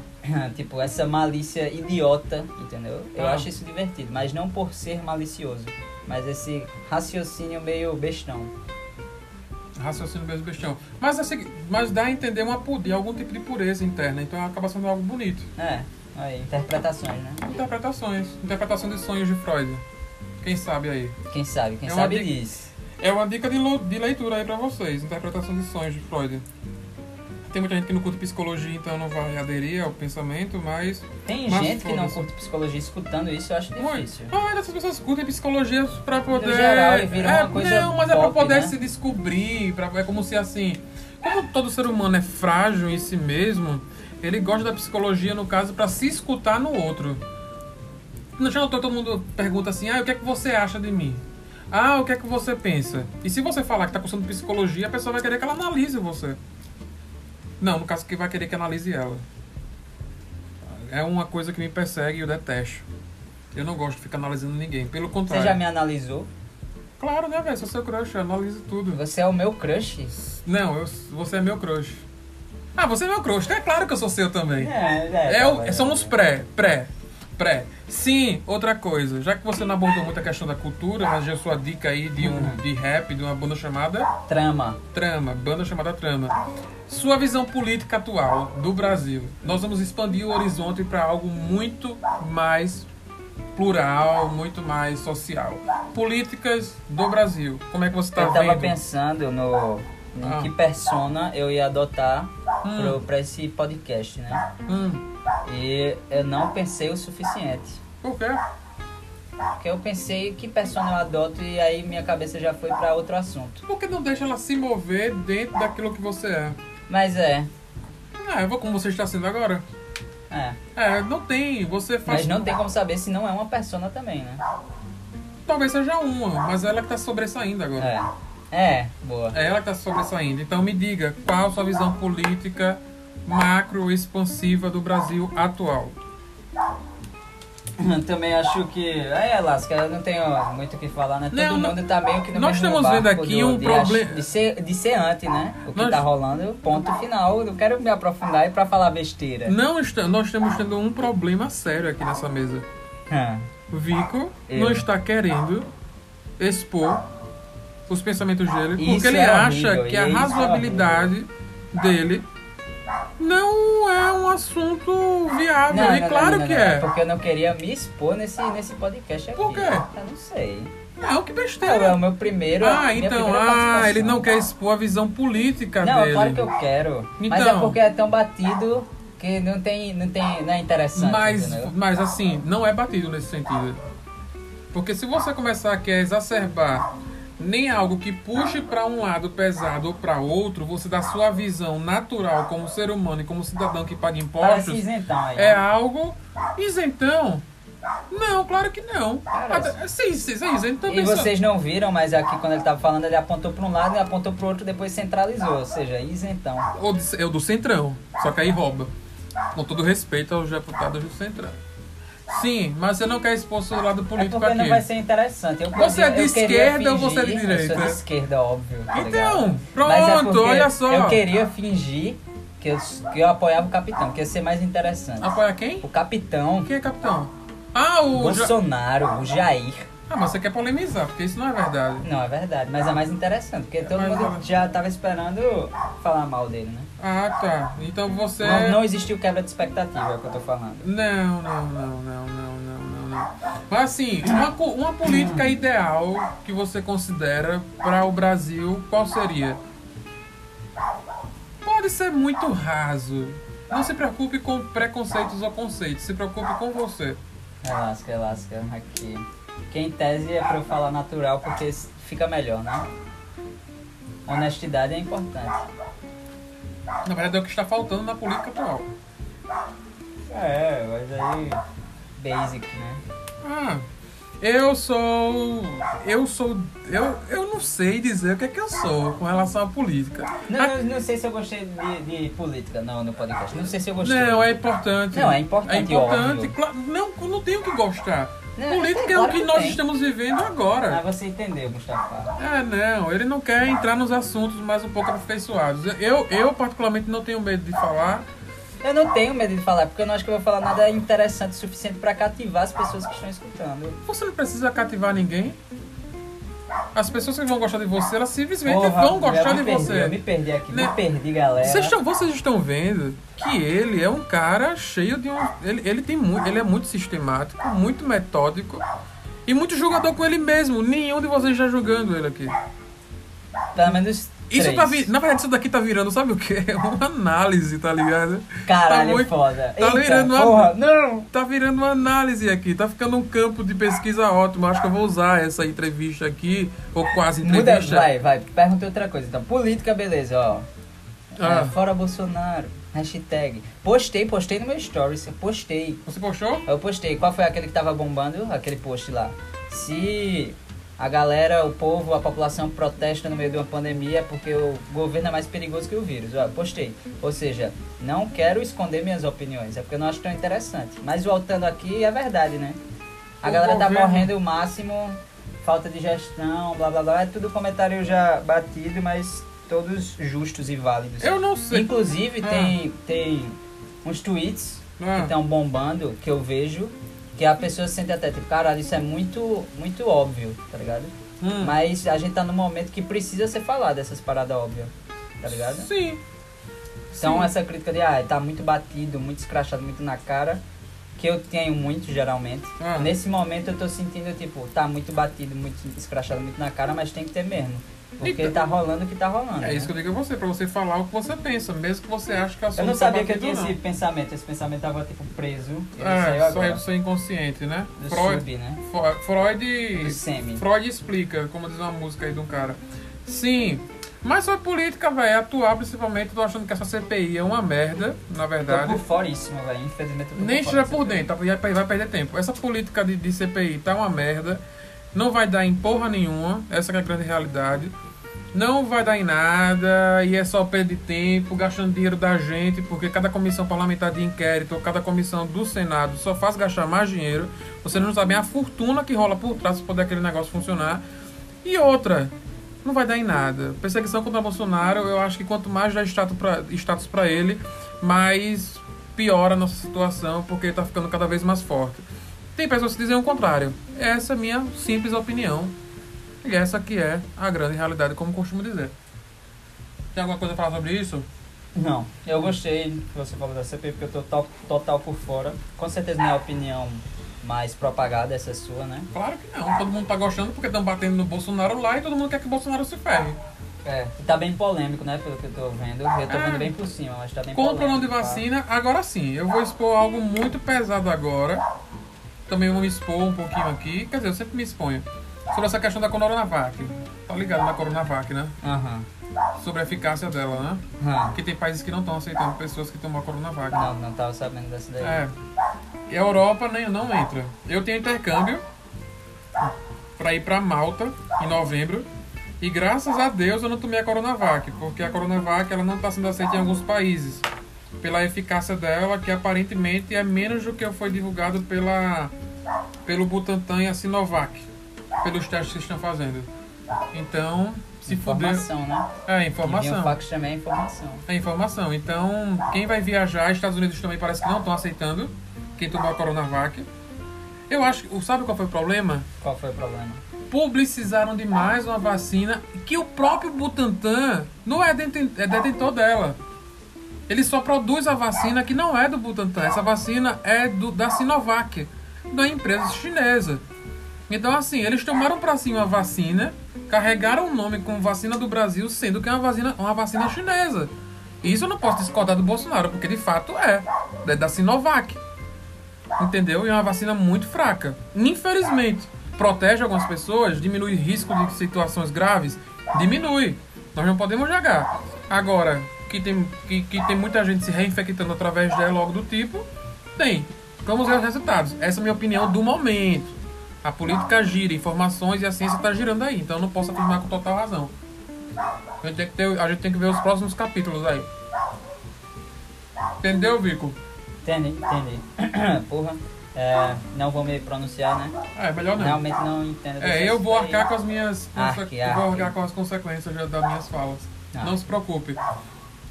[SPEAKER 2] tipo, essa malícia idiota, entendeu? Eu
[SPEAKER 1] Ah.
[SPEAKER 2] acho isso divertido, mas não por ser malicioso, mas esse raciocínio meio bestão.
[SPEAKER 1] Raciocínio mesmo bestão. Mas, é o seguinte, mas dá a entender uma pu- de algum tipo de pureza interna, então acaba sendo algo bonito.
[SPEAKER 2] É, aí, interpretações, né?
[SPEAKER 1] Interpretações. Interpretação de sonhos de Freud. Quem sabe aí?
[SPEAKER 2] Quem sabe, quem
[SPEAKER 1] É uma
[SPEAKER 2] sabe
[SPEAKER 1] dica-
[SPEAKER 2] diz.
[SPEAKER 1] É uma dica de, lo- de leitura aí pra vocês. Interpretação de sonhos de Freud. Tem muita gente que não curte psicologia, então não vai aderir ao pensamento, mas.
[SPEAKER 2] Tem
[SPEAKER 1] Mas
[SPEAKER 2] gente que não
[SPEAKER 1] foda-se.
[SPEAKER 2] curte psicologia escutando isso, eu acho difícil.
[SPEAKER 1] Muito. A maioria dessas pessoas curtem psicologia pra poder.
[SPEAKER 2] geral, e vira
[SPEAKER 1] é,
[SPEAKER 2] uma coisa
[SPEAKER 1] não, mas é pra
[SPEAKER 2] pop,
[SPEAKER 1] poder
[SPEAKER 2] né?
[SPEAKER 1] se descobrir. Pra, é como se assim. Como todo ser humano é frágil em si mesmo, ele gosta da psicologia, no caso, pra se escutar no outro. Não já notou que todo mundo pergunta assim: ah, o que é que você acha de mim? Ah, o que é que você pensa? E se você falar que tá cursando psicologia, a pessoa vai querer que ela analise você. Não, no caso que vai querer que analise ela. É uma coisa que me persegue e eu detesto. Eu não gosto de ficar analisando ninguém. Pelo
[SPEAKER 2] Você
[SPEAKER 1] contrário.
[SPEAKER 2] já me analisou?
[SPEAKER 1] Claro, né, velho? Sou seu crush, eu analiso tudo.
[SPEAKER 2] Você é o meu crush?
[SPEAKER 1] Não, eu- você é meu crush. Ah, você é meu crush. É claro que eu sou seu também.
[SPEAKER 2] é.
[SPEAKER 1] É, o-
[SPEAKER 2] tá,
[SPEAKER 1] somos pré, pré, pré. Sim, outra coisa. Já que você não abordou muito a questão da cultura, mas já sua dica aí de, um,
[SPEAKER 2] Hum.
[SPEAKER 1] de rap, de uma banda chamada
[SPEAKER 2] Trama.
[SPEAKER 1] Trama, banda chamada Trama. Sua visão política atual do Brasil. Nós vamos expandir o horizonte para algo muito mais plural, muito mais social. Políticas do Brasil. Como é que você está
[SPEAKER 2] eu tava
[SPEAKER 1] vendo?
[SPEAKER 2] pensando no em
[SPEAKER 1] Ah.
[SPEAKER 2] que persona eu ia adotar
[SPEAKER 1] Hum.
[SPEAKER 2] pro, pra esse podcast, né?
[SPEAKER 1] Hum,
[SPEAKER 2] E eu não pensei o suficiente.
[SPEAKER 1] por quê?
[SPEAKER 2] Porque eu pensei que persona eu adoto e aí minha cabeça já foi pra outro assunto.
[SPEAKER 1] Porque não deixa ela se mover dentro daquilo que você é.
[SPEAKER 2] Mas é,
[SPEAKER 1] Ah, eu vou como você está sendo agora.
[SPEAKER 2] é.
[SPEAKER 1] É, não tem. Você faz.
[SPEAKER 2] Mas não tem como saber se não é uma persona também, né?
[SPEAKER 1] Talvez seja uma, mas ela que tá sobressaindo agora.
[SPEAKER 2] É. É, boa.
[SPEAKER 1] É ela que tá sobressaindo. Então me diga, qual a sua visão política macro expansiva do Brasil atual?
[SPEAKER 2] <laughs> Também acho que. É, Lasca, eu não tenho muito o que falar, né? Todo
[SPEAKER 1] Não, não-
[SPEAKER 2] mundo tá meio que no
[SPEAKER 1] nós
[SPEAKER 2] mesmo
[SPEAKER 1] estamos
[SPEAKER 2] barco
[SPEAKER 1] vendo aqui
[SPEAKER 2] do-
[SPEAKER 1] um
[SPEAKER 2] de
[SPEAKER 1] proble-
[SPEAKER 2] ach- De ser, de ser anti, né? O que
[SPEAKER 1] Nós-
[SPEAKER 2] tá rolando, ponto final. Eu não quero me aprofundar e pra falar besteira.
[SPEAKER 1] Não está, nós estamos tendo um problema sério aqui nessa mesa.
[SPEAKER 2] Hã.
[SPEAKER 1] Vico
[SPEAKER 2] Eu.
[SPEAKER 1] não está querendo expor os pensamentos dele
[SPEAKER 2] Isso
[SPEAKER 1] porque ele
[SPEAKER 2] é
[SPEAKER 1] acha
[SPEAKER 2] horrível,
[SPEAKER 1] que a
[SPEAKER 2] isso é
[SPEAKER 1] razoabilidade dele não é um assunto viável.
[SPEAKER 2] Não,
[SPEAKER 1] e
[SPEAKER 2] não,
[SPEAKER 1] claro
[SPEAKER 2] não, não,
[SPEAKER 1] que
[SPEAKER 2] não,
[SPEAKER 1] Ah, é.
[SPEAKER 2] Porque eu não queria me expor nesse, nesse podcast aqui.
[SPEAKER 1] Por quê?
[SPEAKER 2] Eu não sei.
[SPEAKER 1] Não, que
[SPEAKER 2] É,
[SPEAKER 1] besteira.
[SPEAKER 2] é o meu primeiro.
[SPEAKER 1] Ah,
[SPEAKER 2] minha
[SPEAKER 1] então,
[SPEAKER 2] primeira
[SPEAKER 1] ah,
[SPEAKER 2] participação.
[SPEAKER 1] ele não quer expor a visão política
[SPEAKER 2] Não,
[SPEAKER 1] dele.
[SPEAKER 2] claro que eu quero. Mas é
[SPEAKER 1] Então.
[SPEAKER 2] porque é tão batido que não tem. Não, tem, não é interessante.
[SPEAKER 1] mas,
[SPEAKER 2] entendeu?
[SPEAKER 1] mas assim, não é batido nesse sentido. Porque se você começar a querer exacerbar nem algo que puxe para um lado pesado ou para outro, você dá sua visão natural como ser humano e como cidadão que paga
[SPEAKER 2] Parece
[SPEAKER 1] impostos,
[SPEAKER 2] né? isentão então, aí.
[SPEAKER 1] é algo isentão. Não, claro que não.
[SPEAKER 2] Parece.
[SPEAKER 1] Até- Sim, sim, sim, isentão.
[SPEAKER 2] E
[SPEAKER 1] pensando-
[SPEAKER 2] vocês não viram, mas aqui quando ele tava falando, ele apontou pra um lado e apontou pro outro, depois centralizou. Ou seja, isentão. É
[SPEAKER 1] Ou de- eu do Centrão, só que aí rouba. Com todo respeito aos deputados do Centrão. Sim, mas você não quer expor seu lado
[SPEAKER 2] É
[SPEAKER 1] político
[SPEAKER 2] porque não vai
[SPEAKER 1] aqui.
[SPEAKER 2] ser interessante. Eu
[SPEAKER 1] Você é
[SPEAKER 2] podia- eu
[SPEAKER 1] de
[SPEAKER 2] queria
[SPEAKER 1] esquerda ou
[SPEAKER 2] fingir-
[SPEAKER 1] você é de
[SPEAKER 2] Eu
[SPEAKER 1] direita?
[SPEAKER 2] sou de esquerda, óbvio. tá ligado?
[SPEAKER 1] Então,
[SPEAKER 2] Mas é
[SPEAKER 1] pronto,
[SPEAKER 2] porque
[SPEAKER 1] olha só.
[SPEAKER 2] Eu queria fingir que eu, que eu apoiava o capitão, que ia ser mais interessante.
[SPEAKER 1] Apoia quem?
[SPEAKER 2] O capitão,
[SPEAKER 1] Quem é capitão? Ah, o. Ja-
[SPEAKER 2] Bolsonaro, o Jair.
[SPEAKER 1] Ah, mas você quer polemizar, porque isso não é verdade.
[SPEAKER 2] Não, é verdade, mas é mais interessante, porque todo
[SPEAKER 1] mas
[SPEAKER 2] mundo
[SPEAKER 1] não-
[SPEAKER 2] já tava esperando falar mal dele, né?
[SPEAKER 1] Ah, tá. Então você.
[SPEAKER 2] Não, não existiu quebra de expectativa, é o que eu tô falando.
[SPEAKER 1] Não, não, não, não, não, não, não, não. Mas assim, uma, co- uma política ideal que você considera para o Brasil, qual seria? Pode ser muito raso. Não se preocupe com preconceitos ou conceitos, se preocupe com você.
[SPEAKER 2] Relasca, relasca, aqui. é um Que em tese é pra eu falar natural, porque s- fica melhor, né? Honestidade é importante.
[SPEAKER 1] Na verdade é o que está faltando na política atual.
[SPEAKER 2] É, mas aí... Basic, né?
[SPEAKER 1] Ah, eu sou. Eu sou. Eu, eu não sei dizer o que é que eu sou com relação à política.
[SPEAKER 2] Não, não, não sei se eu gostei de, de política não, no podcast. Não sei se eu gostei.
[SPEAKER 1] Não, é importante.
[SPEAKER 2] Não, é importante,
[SPEAKER 1] É importante.
[SPEAKER 2] óbvio.
[SPEAKER 1] Cla- não, não tem o que gostar.
[SPEAKER 2] Não,
[SPEAKER 1] Política é
[SPEAKER 2] claro
[SPEAKER 1] o que
[SPEAKER 2] que
[SPEAKER 1] nós
[SPEAKER 2] tem.
[SPEAKER 1] estamos vivendo
[SPEAKER 2] Ah,
[SPEAKER 1] agora.
[SPEAKER 2] você entendeu, Mustafa.
[SPEAKER 1] Ah, não, ele não quer entrar nos assuntos mais um pouco aperfeiçoados. Eu, eu particularmente, não tenho medo de falar.
[SPEAKER 2] Eu não tenho medo de falar, porque eu não acho que eu vou falar nada interessante o suficiente pra cativar as pessoas que estão escutando.
[SPEAKER 1] Você não precisa cativar ninguém. As pessoas que vão gostar de você, elas simplesmente
[SPEAKER 2] Porra,
[SPEAKER 1] vão
[SPEAKER 2] eu
[SPEAKER 1] gostar
[SPEAKER 2] me
[SPEAKER 1] de
[SPEAKER 2] perdi, Eu me
[SPEAKER 1] você.
[SPEAKER 2] perdi aqui,
[SPEAKER 1] Né?
[SPEAKER 2] me perdi, galera.
[SPEAKER 1] Vocês estão, vocês estão vendo que ele é um cara cheio de um. Ele, ele, tem muito, ele é muito sistemático, muito metódico e muito julgador com ele mesmo. Nenhum de vocês já julgando ele aqui.
[SPEAKER 2] Pelo menos
[SPEAKER 1] Isso
[SPEAKER 2] três.
[SPEAKER 1] tá vi... Na verdade, isso daqui tá virando, sabe o quê? <laughs> Uma análise, tá ligado?
[SPEAKER 2] Caralho,
[SPEAKER 1] tá muito-
[SPEAKER 2] foda.
[SPEAKER 1] tá
[SPEAKER 2] Eita,
[SPEAKER 1] virando uma-
[SPEAKER 2] porra, não!
[SPEAKER 1] Tá virando uma análise aqui, tá ficando um campo de pesquisa ótimo. Acho que eu vou usar essa entrevista aqui, ou quase
[SPEAKER 2] Muda,
[SPEAKER 1] entrevista.
[SPEAKER 2] vai, vai, pergunta outra coisa. Então, política, beleza, ó.
[SPEAKER 1] Ah.
[SPEAKER 2] É, fora Bolsonaro, hashtag. Postei, postei no meu stories, eu postei.
[SPEAKER 1] Você puxou?
[SPEAKER 2] Eu postei, qual foi aquele que tava bombando? Aquele post lá. Se a galera, o povo, a população protesta no meio de uma pandemia é porque o governo é mais perigoso que o vírus. Ó, postei. Ou seja, não quero esconder minhas opiniões, é porque eu não acho tão interessante. Mas voltando aqui, é verdade, né? A
[SPEAKER 1] O
[SPEAKER 2] galera tá
[SPEAKER 1] governo-
[SPEAKER 2] morrendo o máximo, falta de gestão, blá blá blá. É tudo comentário já batido, mas todos justos e válidos.
[SPEAKER 1] Eu não sei.
[SPEAKER 2] Inclusive,
[SPEAKER 1] Ah.
[SPEAKER 2] tem, tem uns tweets
[SPEAKER 1] Ah.
[SPEAKER 2] que estão bombando, que eu vejo, que a pessoa sente até tipo, caralho, isso é muito, muito óbvio, tá ligado?
[SPEAKER 1] Hum.
[SPEAKER 2] Mas a gente tá num momento que precisa ser falado essas paradas óbvias, tá ligado?
[SPEAKER 1] Sim.
[SPEAKER 2] Então
[SPEAKER 1] Sim.
[SPEAKER 2] essa crítica de, ah, tá muito batido, muito escrachado, muito na cara, que eu tenho muito geralmente.
[SPEAKER 1] Ah.
[SPEAKER 2] Nesse momento eu tô sentindo, tipo, tá muito batido, muito escrachado, muito na cara, mas tem que ter mesmo. Porque
[SPEAKER 1] Então-
[SPEAKER 2] tá rolando o que tá rolando.
[SPEAKER 1] É isso que
[SPEAKER 2] né?
[SPEAKER 1] eu digo a você, pra você falar o que você pensa, mesmo que você ache que o assunto
[SPEAKER 2] Eu não
[SPEAKER 1] tá
[SPEAKER 2] sabia que eu tinha
[SPEAKER 1] batido,
[SPEAKER 2] esse
[SPEAKER 1] não.
[SPEAKER 2] pensamento, esse pensamento tava, tipo, preso. Ele saiu
[SPEAKER 1] É, só é
[SPEAKER 2] agora.
[SPEAKER 1] do seu inconsciente, né?
[SPEAKER 2] Do
[SPEAKER 1] Freud,
[SPEAKER 2] sub, né?
[SPEAKER 1] Fo- Freud.
[SPEAKER 2] Do semi.
[SPEAKER 1] Freud explica, como diz uma música aí de um cara. Sim, mas sobre política, velho, atual principalmente, tô achando que essa CPI é uma merda, na
[SPEAKER 2] Tô
[SPEAKER 1] verdade.
[SPEAKER 2] Então, por fora isso, velho. Infelizmente eu tô
[SPEAKER 1] Nem
[SPEAKER 2] por
[SPEAKER 1] estiver
[SPEAKER 2] fora
[SPEAKER 1] por
[SPEAKER 2] dessa
[SPEAKER 1] dentro, vai vai perder tempo. Essa política de, de CPI tá uma merda, não vai dar em porra nenhuma, essa que é a grande realidade. Não vai dar em nada e é só perda de tempo, gastando dinheiro da gente, porque cada comissão parlamentar de inquérito ou cada comissão do Senado só faz gastar mais dinheiro. Vocês não sabem a fortuna que rola por trás para poder aquele negócio funcionar. E outra, não vai dar em nada. Perseguição contra Bolsonaro, eu acho que quanto mais dá status pra, status pra ele, mais piora a nossa situação, porque ele tá ficando cada vez mais forte. Tem pessoas que dizem o contrário. Essa é a minha simples opinião. E essa que é a grande realidade, como costumo dizer. Tem alguma coisa a falar sobre isso?
[SPEAKER 2] Não, eu gostei que você falou da CPI, porque eu tô to- total por fora. Com certeza não é a opinião mais propagada, essa é sua, né?
[SPEAKER 1] Claro que não. Todo mundo tá gostando porque estão batendo no Bolsonaro lá e todo mundo quer que o Bolsonaro se ferre.
[SPEAKER 2] É. E tá bem polêmico, né? Pelo que eu tô vendo. Eu tô
[SPEAKER 1] Ah.
[SPEAKER 2] vendo bem por cima, mas tá bem
[SPEAKER 1] Com o
[SPEAKER 2] polêmico.
[SPEAKER 1] plano de
[SPEAKER 2] tá?
[SPEAKER 1] vacina, agora sim, eu vou expor algo muito pesado agora. Também vou me expor um pouquinho aqui. Quer dizer, eu sempre me exponho. Sobre essa questão da Coronavac. Tá ligado na Coronavac, né?
[SPEAKER 2] Aham.
[SPEAKER 1] Sobre a eficácia dela, né?
[SPEAKER 2] Aham.
[SPEAKER 1] Porque tem países que não estão aceitando pessoas que tomam a Coronavac. né?
[SPEAKER 2] Não, não tava sabendo dessa daí.
[SPEAKER 1] É. E a Europa nem, não entra. Eu tenho intercâmbio pra ir pra Malta em novembro. E graças a Deus eu não tomei a Coronavac, porque a Coronavac ela não está sendo aceita em alguns países. Pela eficácia dela, que aparentemente é menos do que foi divulgado pela, pelo Butantan e a Sinovac, pelos testes que estão fazendo. Então, se fuder.
[SPEAKER 2] informação, né?
[SPEAKER 1] É,
[SPEAKER 2] E o
[SPEAKER 1] informação.
[SPEAKER 2] fax também é informação.
[SPEAKER 1] É informação. Então, quem vai viajar, Estados Unidos também parece que não estão aceitando quem tomou a Coronavac. Eu acho que. Sabe qual foi o problema?
[SPEAKER 2] Qual foi o problema?
[SPEAKER 1] Publicizaram demais uma vacina que o próprio Butantan não é deten- é detentor dela. Ele só produz a vacina que não é do Butantan. Essa vacina é do, da Sinovac, da empresa chinesa. Então, assim, eles tomaram pra si uma vacina, carregaram o nome como vacina do Brasil, sendo que é uma vacina, uma vacina chinesa. E isso eu não posso discordar do Bolsonaro, porque de fato é. É da Sinovac. Entendeu? E é uma vacina muito fraca. Infelizmente, protege algumas pessoas, diminui risco de situações graves, diminui. Nós não podemos jogar. Agora, que tem, que, que tem muita gente se reinfectando através dela, logo do tipo, tem. Vamos ver os resultados. Essa é a minha opinião do momento. A política gira, informações e a ciência está girando aí, então eu não posso afirmar com total razão. A gente tem que, ter- a gente tem que ver os próximos capítulos aí. Entendeu, Vico?
[SPEAKER 2] Entendi, entendi. <clears throat> Porra. É, não vou me pronunciar, né?
[SPEAKER 1] É, melhor não.
[SPEAKER 2] Realmente não entendo.
[SPEAKER 1] É, eu vou arcar com as minhas
[SPEAKER 2] Arque,
[SPEAKER 1] conse- eu vou
[SPEAKER 2] arque.
[SPEAKER 1] arcar com as consequências já das minhas falas.
[SPEAKER 2] Ah.
[SPEAKER 1] Não se preocupe.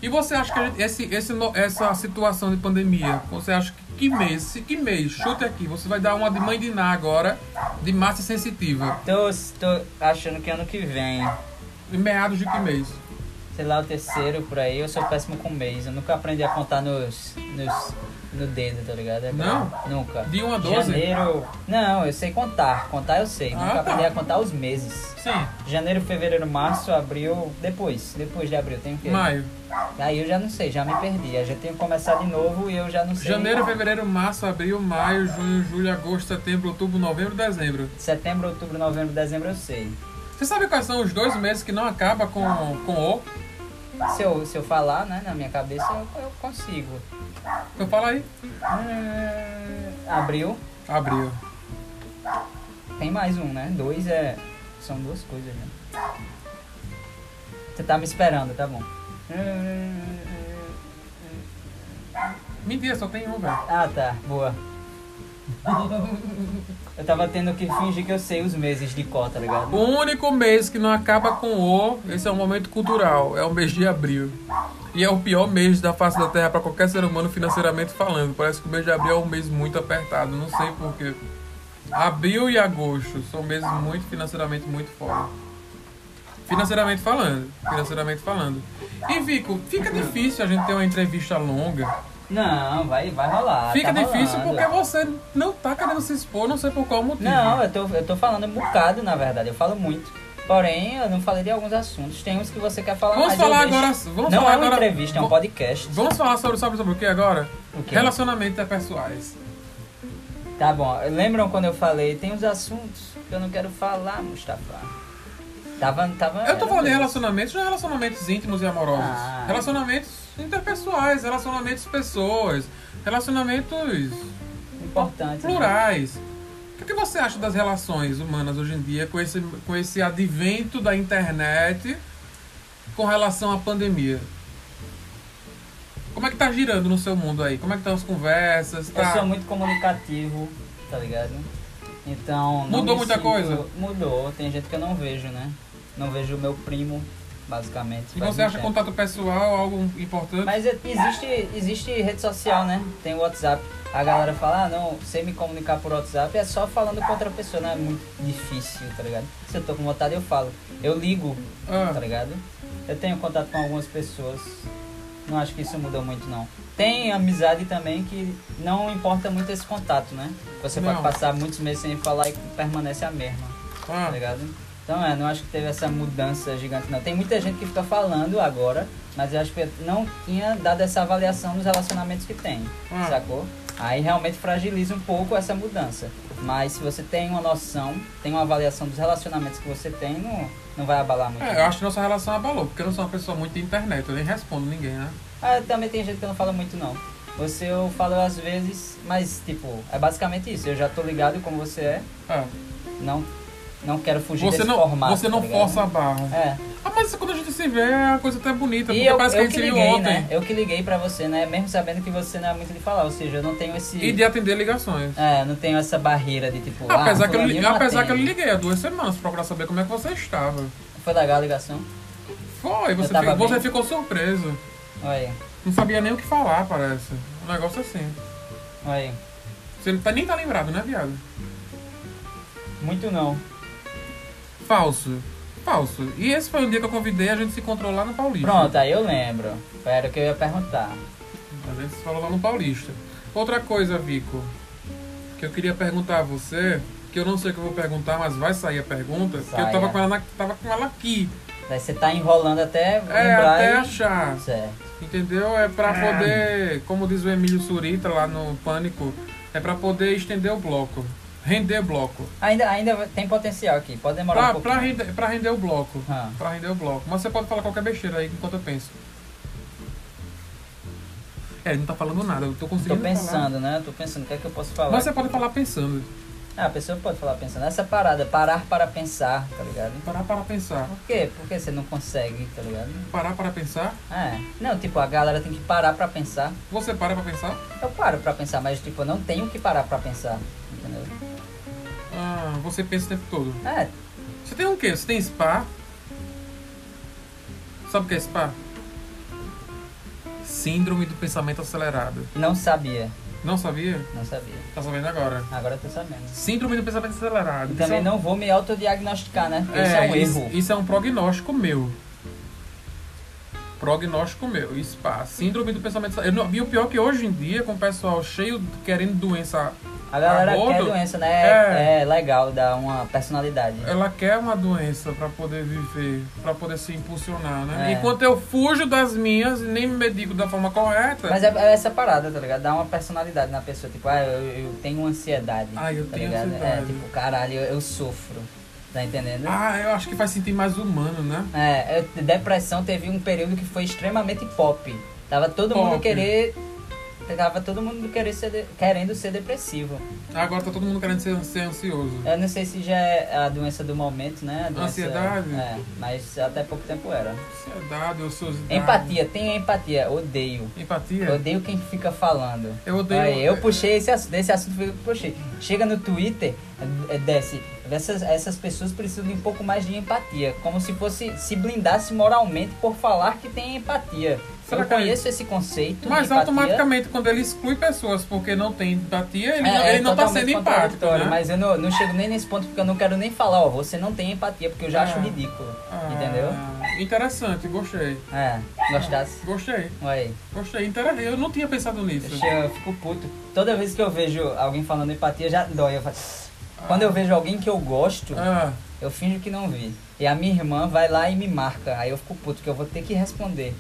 [SPEAKER 1] E você acha que a gente- esse, esse no- essa situação de pandemia, você acha que, que mês, se- que mês, chute aqui, você vai dar uma de mãe de Ná agora, de massa sensitiva.
[SPEAKER 2] Tô, tô achando que ano que vem,
[SPEAKER 1] Em meados de que mês?
[SPEAKER 2] sei lá, o terceiro por aí, eu sou péssimo com mês. Eu nunca aprendi a contar nos. nos no dedo, tá ligado? É
[SPEAKER 1] Não?
[SPEAKER 2] brabo. Nunca.
[SPEAKER 1] De 1 a 12?
[SPEAKER 2] Janeiro. Não, eu sei contar. Contar eu sei.
[SPEAKER 1] Ah,
[SPEAKER 2] nunca
[SPEAKER 1] tá.
[SPEAKER 2] aprendi a contar os meses.
[SPEAKER 1] Sim,
[SPEAKER 2] Janeiro, fevereiro, março, abril. Depois. Depois de abril, tem o quê?
[SPEAKER 1] maio.
[SPEAKER 2] Aí eu já não sei, já me perdi. Eu já tenho que começar de novo e eu já não sei.
[SPEAKER 1] Janeiro, fevereiro, março, abril, maio, junho, julho, agosto, setembro, outubro, novembro, dezembro.
[SPEAKER 2] Setembro, outubro, novembro, dezembro eu sei.
[SPEAKER 1] Você sabe quais são os dois meses que não acaba com, com o?
[SPEAKER 2] Se eu, se eu falar, né, na minha cabeça, eu, eu consigo.
[SPEAKER 1] Então fala aí.
[SPEAKER 2] Hum, abril,
[SPEAKER 1] Abril.
[SPEAKER 2] tem mais um, né? Dois é. São duas coisas, né? Você tá me esperando, tá bom. Hum,
[SPEAKER 1] Mentira, só tem um, velho.
[SPEAKER 2] Ah, tá, boa. Eu tava tendo que fingir que eu sei os meses de cor, tá ligado?
[SPEAKER 1] O único mês que não acaba com o, esse é um momento cultural, é o mês de abril. E é o pior mês da face da Terra para qualquer ser humano financeiramente falando. Parece que o mês de abril é um mês muito apertado, não sei porquê. Abril e agosto são meses muito financeiramente muito fora. Financeiramente falando, financeiramente falando. E Vico, fica difícil a gente ter uma entrevista longa.
[SPEAKER 2] Não, vai, vai rolar.
[SPEAKER 1] fica
[SPEAKER 2] tá
[SPEAKER 1] difícil
[SPEAKER 2] rolando.
[SPEAKER 1] porque você não tá querendo se expor, não sei por qual motivo.
[SPEAKER 2] Não, eu tô, eu tô falando um bocado, na verdade. Eu falo muito. Porém, eu não falei de alguns assuntos. Tem uns que você quer falar
[SPEAKER 1] Vamos
[SPEAKER 2] mais, eu
[SPEAKER 1] falar
[SPEAKER 2] deixo.
[SPEAKER 1] agora. Vamos
[SPEAKER 2] não
[SPEAKER 1] falar
[SPEAKER 2] é uma
[SPEAKER 1] agora.
[SPEAKER 2] entrevista, é um
[SPEAKER 1] Vam-
[SPEAKER 2] podcast.
[SPEAKER 1] Vamos falar sobre, sabe sobre o que agora?
[SPEAKER 2] O quê?
[SPEAKER 1] Relacionamentos interpessoais.
[SPEAKER 2] Tá bom. Lembram quando eu falei? Tem uns assuntos que eu não quero falar, Mustafa. Tava, tava...
[SPEAKER 1] Eu tô falando de
[SPEAKER 2] era- um
[SPEAKER 1] relacionamentos, não é relacionamentos íntimos e amorosos.
[SPEAKER 2] Ah.
[SPEAKER 1] Relacionamentos interpessoais, relacionamentos pessoas, relacionamentos
[SPEAKER 2] Importante. né?
[SPEAKER 1] plurais. O que, que você acha das relações humanas hoje em dia com esse, com esse advento da internet com relação à pandemia? Como é que tá girando no seu mundo aí? Como é que estão as conversas?
[SPEAKER 2] Eu
[SPEAKER 1] Tá...
[SPEAKER 2] sou muito comunicativo, tá ligado? Então. não
[SPEAKER 1] Mudou
[SPEAKER 2] me
[SPEAKER 1] muita
[SPEAKER 2] sinto-
[SPEAKER 1] coisa?
[SPEAKER 2] Mudou. Tem gente que eu não vejo, né? Não vejo o meu primo, basicamente.
[SPEAKER 1] E
[SPEAKER 2] faz
[SPEAKER 1] você
[SPEAKER 2] um
[SPEAKER 1] acha
[SPEAKER 2] tempo.
[SPEAKER 1] contato pessoal algo importante?
[SPEAKER 2] Mas é- existe, existe rede social, né? Tem WhatsApp. A galera fala, ah, não, sem me comunicar por WhatsApp é só falando com outra pessoa, não é muito difícil, tá ligado? Se eu tô com vontade, eu falo. Eu ligo,
[SPEAKER 1] Ah.
[SPEAKER 2] tá ligado? Eu tenho contato com algumas pessoas. Não acho que isso mudou muito, não. Tem amizade também que não importa muito esse contato, né? Você
[SPEAKER 1] Não.
[SPEAKER 2] pode passar muitos meses sem falar e permanece a mesma, tá
[SPEAKER 1] Ah.
[SPEAKER 2] ligado? Então é, não acho que teve essa mudança gigante, não. Tem muita gente que fica falando agora, mas eu acho que não tinha dado essa avaliação nos relacionamentos que tem,
[SPEAKER 1] Ah.
[SPEAKER 2] sacou? Aí realmente fragiliza um pouco essa mudança. Mas se você tem uma noção, tem uma avaliação dos relacionamentos que você tem, não, não vai abalar muito.
[SPEAKER 1] É, eu acho que nossa relação abalou, porque eu não sou uma pessoa muito de internet, eu nem respondo ninguém, né?
[SPEAKER 2] Ah, também tem gente que não fala muito não. Você eu falo às vezes, mas tipo, é basicamente isso. Eu já tô ligado como você é.
[SPEAKER 1] É.
[SPEAKER 2] Não não quero fugir
[SPEAKER 1] Você
[SPEAKER 2] desse
[SPEAKER 1] não,
[SPEAKER 2] formato.
[SPEAKER 1] você
[SPEAKER 2] tá
[SPEAKER 1] não
[SPEAKER 2] ligado?
[SPEAKER 1] força a barra.
[SPEAKER 2] É.
[SPEAKER 1] Ah, mas quando a gente se vê, é uma coisa até bonita,
[SPEAKER 2] E
[SPEAKER 1] porque
[SPEAKER 2] eu,
[SPEAKER 1] parece que
[SPEAKER 2] eu
[SPEAKER 1] a gente
[SPEAKER 2] que
[SPEAKER 1] se viu
[SPEAKER 2] liguei,
[SPEAKER 1] ontem.
[SPEAKER 2] né? Eu que liguei pra você, né? Mesmo sabendo que você não é muito de falar, ou seja, eu não tenho esse
[SPEAKER 1] E de atender ligações.
[SPEAKER 2] É, não tenho essa barreira de tipo, ah,
[SPEAKER 1] apesar que eu, li-
[SPEAKER 2] fulaninho não
[SPEAKER 1] apesar que eu
[SPEAKER 2] atende.
[SPEAKER 1] liguei há duas semanas pra procurar saber como é que você estava.
[SPEAKER 2] Foi legal a ligação.
[SPEAKER 1] Foi, você,
[SPEAKER 2] tava
[SPEAKER 1] fi- você
[SPEAKER 2] bem.
[SPEAKER 1] ficou surpreso.
[SPEAKER 2] Olha aí.
[SPEAKER 1] Não sabia nem o que falar, parece. Um negócio assim.
[SPEAKER 2] Olha aí.
[SPEAKER 1] Você não tá- nem tá lembrado, né, viado?
[SPEAKER 2] Muito não.
[SPEAKER 1] Falso. Falso. E esse foi o dia que eu convidei, a gente se encontrou lá no Paulista.
[SPEAKER 2] Pronto, aí eu lembro. Era o que eu ia perguntar.
[SPEAKER 1] A gente se falou lá no Paulista. Outra coisa, Vico, que eu queria perguntar a você, que eu não sei o que eu vou perguntar, mas vai sair a pergunta, porque eu tava
[SPEAKER 2] Saia.
[SPEAKER 1] com ela, na- tava com ela aqui.
[SPEAKER 2] Daí você tá enrolando até
[SPEAKER 1] É,
[SPEAKER 2] lembrar
[SPEAKER 1] até
[SPEAKER 2] e-
[SPEAKER 1] achar.
[SPEAKER 2] Certo.
[SPEAKER 1] Entendeu? É pra poder, como diz o Emílio Surita lá no Pânico, é pra poder estender o bloco. Render bloco.
[SPEAKER 2] Ainda, ainda tem potencial aqui, pode demorar um
[SPEAKER 1] Pra,
[SPEAKER 2] pouquinho.
[SPEAKER 1] pra, render, pra render o bloco.
[SPEAKER 2] Ah.
[SPEAKER 1] Pra render o bloco. Mas você pode falar qualquer besteira aí enquanto eu penso. É, ele não tá falando nada, eu tô
[SPEAKER 2] Tô
[SPEAKER 1] conseguindo.
[SPEAKER 2] pensando, né? Tô pensando, o que é que eu posso falar?
[SPEAKER 1] Falar. Mas você pode falar pensando.
[SPEAKER 2] Ah, a pessoa pode falar pensando. Essa parada, parar para pensar, tá ligado?
[SPEAKER 1] Parar para pensar.
[SPEAKER 2] Por quê? Porque você não consegue, tá ligado?
[SPEAKER 1] Parar para pensar.
[SPEAKER 2] É. Não, tipo, a galera tem que parar pra pensar.
[SPEAKER 1] Você para pra pensar?
[SPEAKER 2] Eu paro pra pensar, mas tipo, eu não tenho que parar pra pensar, entendeu?
[SPEAKER 1] Ah, você pensa o tempo todo.
[SPEAKER 2] É,
[SPEAKER 1] Você tem o quê? Você tem spa? Sabe o que é spa? Síndrome do pensamento acelerado.
[SPEAKER 2] não sabia,
[SPEAKER 1] Não sabia?
[SPEAKER 2] não sabia.
[SPEAKER 1] Tá sabendo agora.
[SPEAKER 2] Agora eu tô sabendo.
[SPEAKER 1] Síndrome do pensamento acelerado.
[SPEAKER 2] E também
[SPEAKER 1] Isso é um-
[SPEAKER 2] não vou me autodiagnosticar, né? Porque isso
[SPEAKER 1] É,
[SPEAKER 2] é um
[SPEAKER 1] isso,
[SPEAKER 2] erro.
[SPEAKER 1] isso é um prognóstico meu. Prognóstico meu. Spa. Síndrome do pensamento acelerado. Eu não- E o pior é que hoje em dia, com o pessoal cheio de- querendo doença
[SPEAKER 2] A galera quer
[SPEAKER 1] aborto?
[SPEAKER 2] doença, né? É.
[SPEAKER 1] É.
[SPEAKER 2] legal, dá uma personalidade.
[SPEAKER 1] Ela quer uma doença pra poder viver, pra poder se impulsionar, né?
[SPEAKER 2] É.
[SPEAKER 1] Enquanto eu fujo das minhas e nem me medico da forma correta.
[SPEAKER 2] Mas é, é essa parada, tá ligado? Dá uma personalidade na pessoa, tipo, ah, eu, eu tenho ansiedade.
[SPEAKER 1] Ah, eu
[SPEAKER 2] tá
[SPEAKER 1] tenho
[SPEAKER 2] ligado? É,
[SPEAKER 1] ansiedade.
[SPEAKER 2] tipo, caralho, eu, eu sofro. Tá entendendo?
[SPEAKER 1] Ah, eu acho que faz sentir mais humano, né?
[SPEAKER 2] É, eu- depressão teve um período que foi extremamente pop. Tava todo mundo
[SPEAKER 1] Pop.
[SPEAKER 2] querer. Tava todo mundo querer ser de- querendo ser depressivo.
[SPEAKER 1] Agora tá todo mundo querendo ser, ser ansioso.
[SPEAKER 2] Eu não sei se já é a doença do momento, né? A doença-
[SPEAKER 1] Ansiedade?
[SPEAKER 2] É, mas até pouco tempo era.
[SPEAKER 1] Ansiedade, ociosidade.
[SPEAKER 2] Empatia, tenho empatia, odeio. Eu
[SPEAKER 1] Empatia?
[SPEAKER 2] odeio quem fica falando.
[SPEAKER 1] Eu odeio-
[SPEAKER 2] Aí, Ah, eu puxei esse assunto, desse assunto, fui- puxei. Chega no Twitter, é, é, desce. Essas, essas pessoas precisam de um pouco mais de empatia. Como se fosse se blindasse moralmente por falar que tem empatia.
[SPEAKER 1] Será
[SPEAKER 2] eu
[SPEAKER 1] que é
[SPEAKER 2] conheço esse conceito.
[SPEAKER 1] Mas
[SPEAKER 2] de empatia.
[SPEAKER 1] automaticamente, quando ele exclui pessoas porque não tem empatia, ele,
[SPEAKER 2] É,
[SPEAKER 1] não,
[SPEAKER 2] é
[SPEAKER 1] ele não tá
[SPEAKER 2] totalmente
[SPEAKER 1] sendo empático,
[SPEAKER 2] contraditório,
[SPEAKER 1] né?
[SPEAKER 2] Mas eu não, não chego nem nesse ponto porque eu não quero nem falar, ó, você não tem empatia, porque eu já
[SPEAKER 1] É.
[SPEAKER 2] acho ridículo.
[SPEAKER 1] Ah,
[SPEAKER 2] Entendeu?
[SPEAKER 1] Interessante, gostei.
[SPEAKER 2] É, gostasse?
[SPEAKER 1] Gostei,
[SPEAKER 2] Olha aí.
[SPEAKER 1] gostei. Inter... Eu não tinha pensado
[SPEAKER 2] Eu,
[SPEAKER 1] nisso.
[SPEAKER 2] chego, eu fico puto. Toda vez que eu vejo alguém falando empatia, já dói. Eu faço... Quando eu vejo alguém que eu gosto,
[SPEAKER 1] Ah,
[SPEAKER 2] eu finjo que não vi. E a minha irmã vai lá e me marca. Aí eu fico puto, que eu vou ter que responder.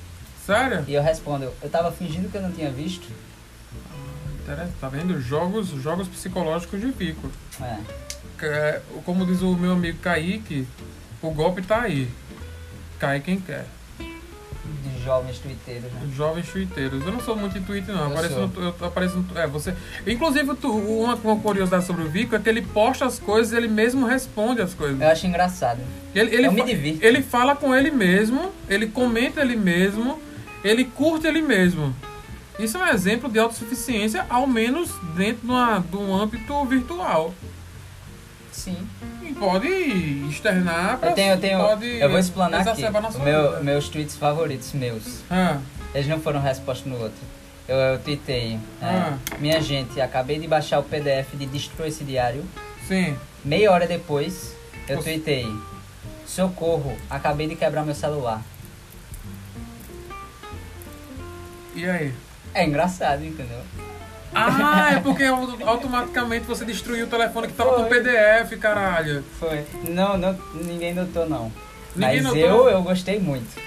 [SPEAKER 1] sério?
[SPEAKER 2] E eu respondo, eu tava fingindo que eu não tinha visto.
[SPEAKER 1] Interessa- Tá vendo? Jogos, jogos psicológicos de pico.
[SPEAKER 2] É.
[SPEAKER 1] É, Como diz o meu amigo Kaique, o golpe tá aí. Cai quem quer.
[SPEAKER 2] De jovens twitteiros, né?
[SPEAKER 1] Jovens twitteiros. Eu não sou muito de Twitter, não.
[SPEAKER 2] Eu
[SPEAKER 1] Aparece
[SPEAKER 2] sou.
[SPEAKER 1] no, eu, apareço no- É, você. Inclusive, tu- uma, uma curiosidade sobre o Vico é que ele posta as coisas e ele mesmo responde as coisas.
[SPEAKER 2] Eu acho engraçado.
[SPEAKER 1] Ele, ele
[SPEAKER 2] eu me
[SPEAKER 1] fa-
[SPEAKER 2] divirto.
[SPEAKER 1] ele fala com ele mesmo, ele comenta ele mesmo, ele curte ele mesmo. Isso é um exemplo de autossuficiência, ao menos dentro de, uma, de um âmbito virtual.
[SPEAKER 2] Sim.
[SPEAKER 1] E pode externar pra
[SPEAKER 2] Eu tenho, eu tenho.
[SPEAKER 1] pode
[SPEAKER 2] Eu vou explanar aqui
[SPEAKER 1] exacerbar nossa
[SPEAKER 2] o meu-
[SPEAKER 1] vida.
[SPEAKER 2] meus tweets favoritos, meus.
[SPEAKER 1] Ah,
[SPEAKER 2] Eles não foram resposta no outro. Eu, eu tuitei. é,
[SPEAKER 1] Ah.
[SPEAKER 2] Minha gente, acabei de baixar o PDF de Destrua esse diário.
[SPEAKER 1] sim.
[SPEAKER 2] Meia hora depois, eu
[SPEAKER 1] Nossa.
[SPEAKER 2] tuitei. Socorro, acabei de quebrar meu celular.
[SPEAKER 1] E aí?
[SPEAKER 2] É engraçado, entendeu?
[SPEAKER 1] Ah, é porque au- automaticamente você destruiu o telefone que tava com
[SPEAKER 2] Foi.
[SPEAKER 1] PDF, caralho.
[SPEAKER 2] Foi. Não, não ninguém notou, não.
[SPEAKER 1] Ninguém
[SPEAKER 2] Mas
[SPEAKER 1] notou?
[SPEAKER 2] eu, eu gostei muito.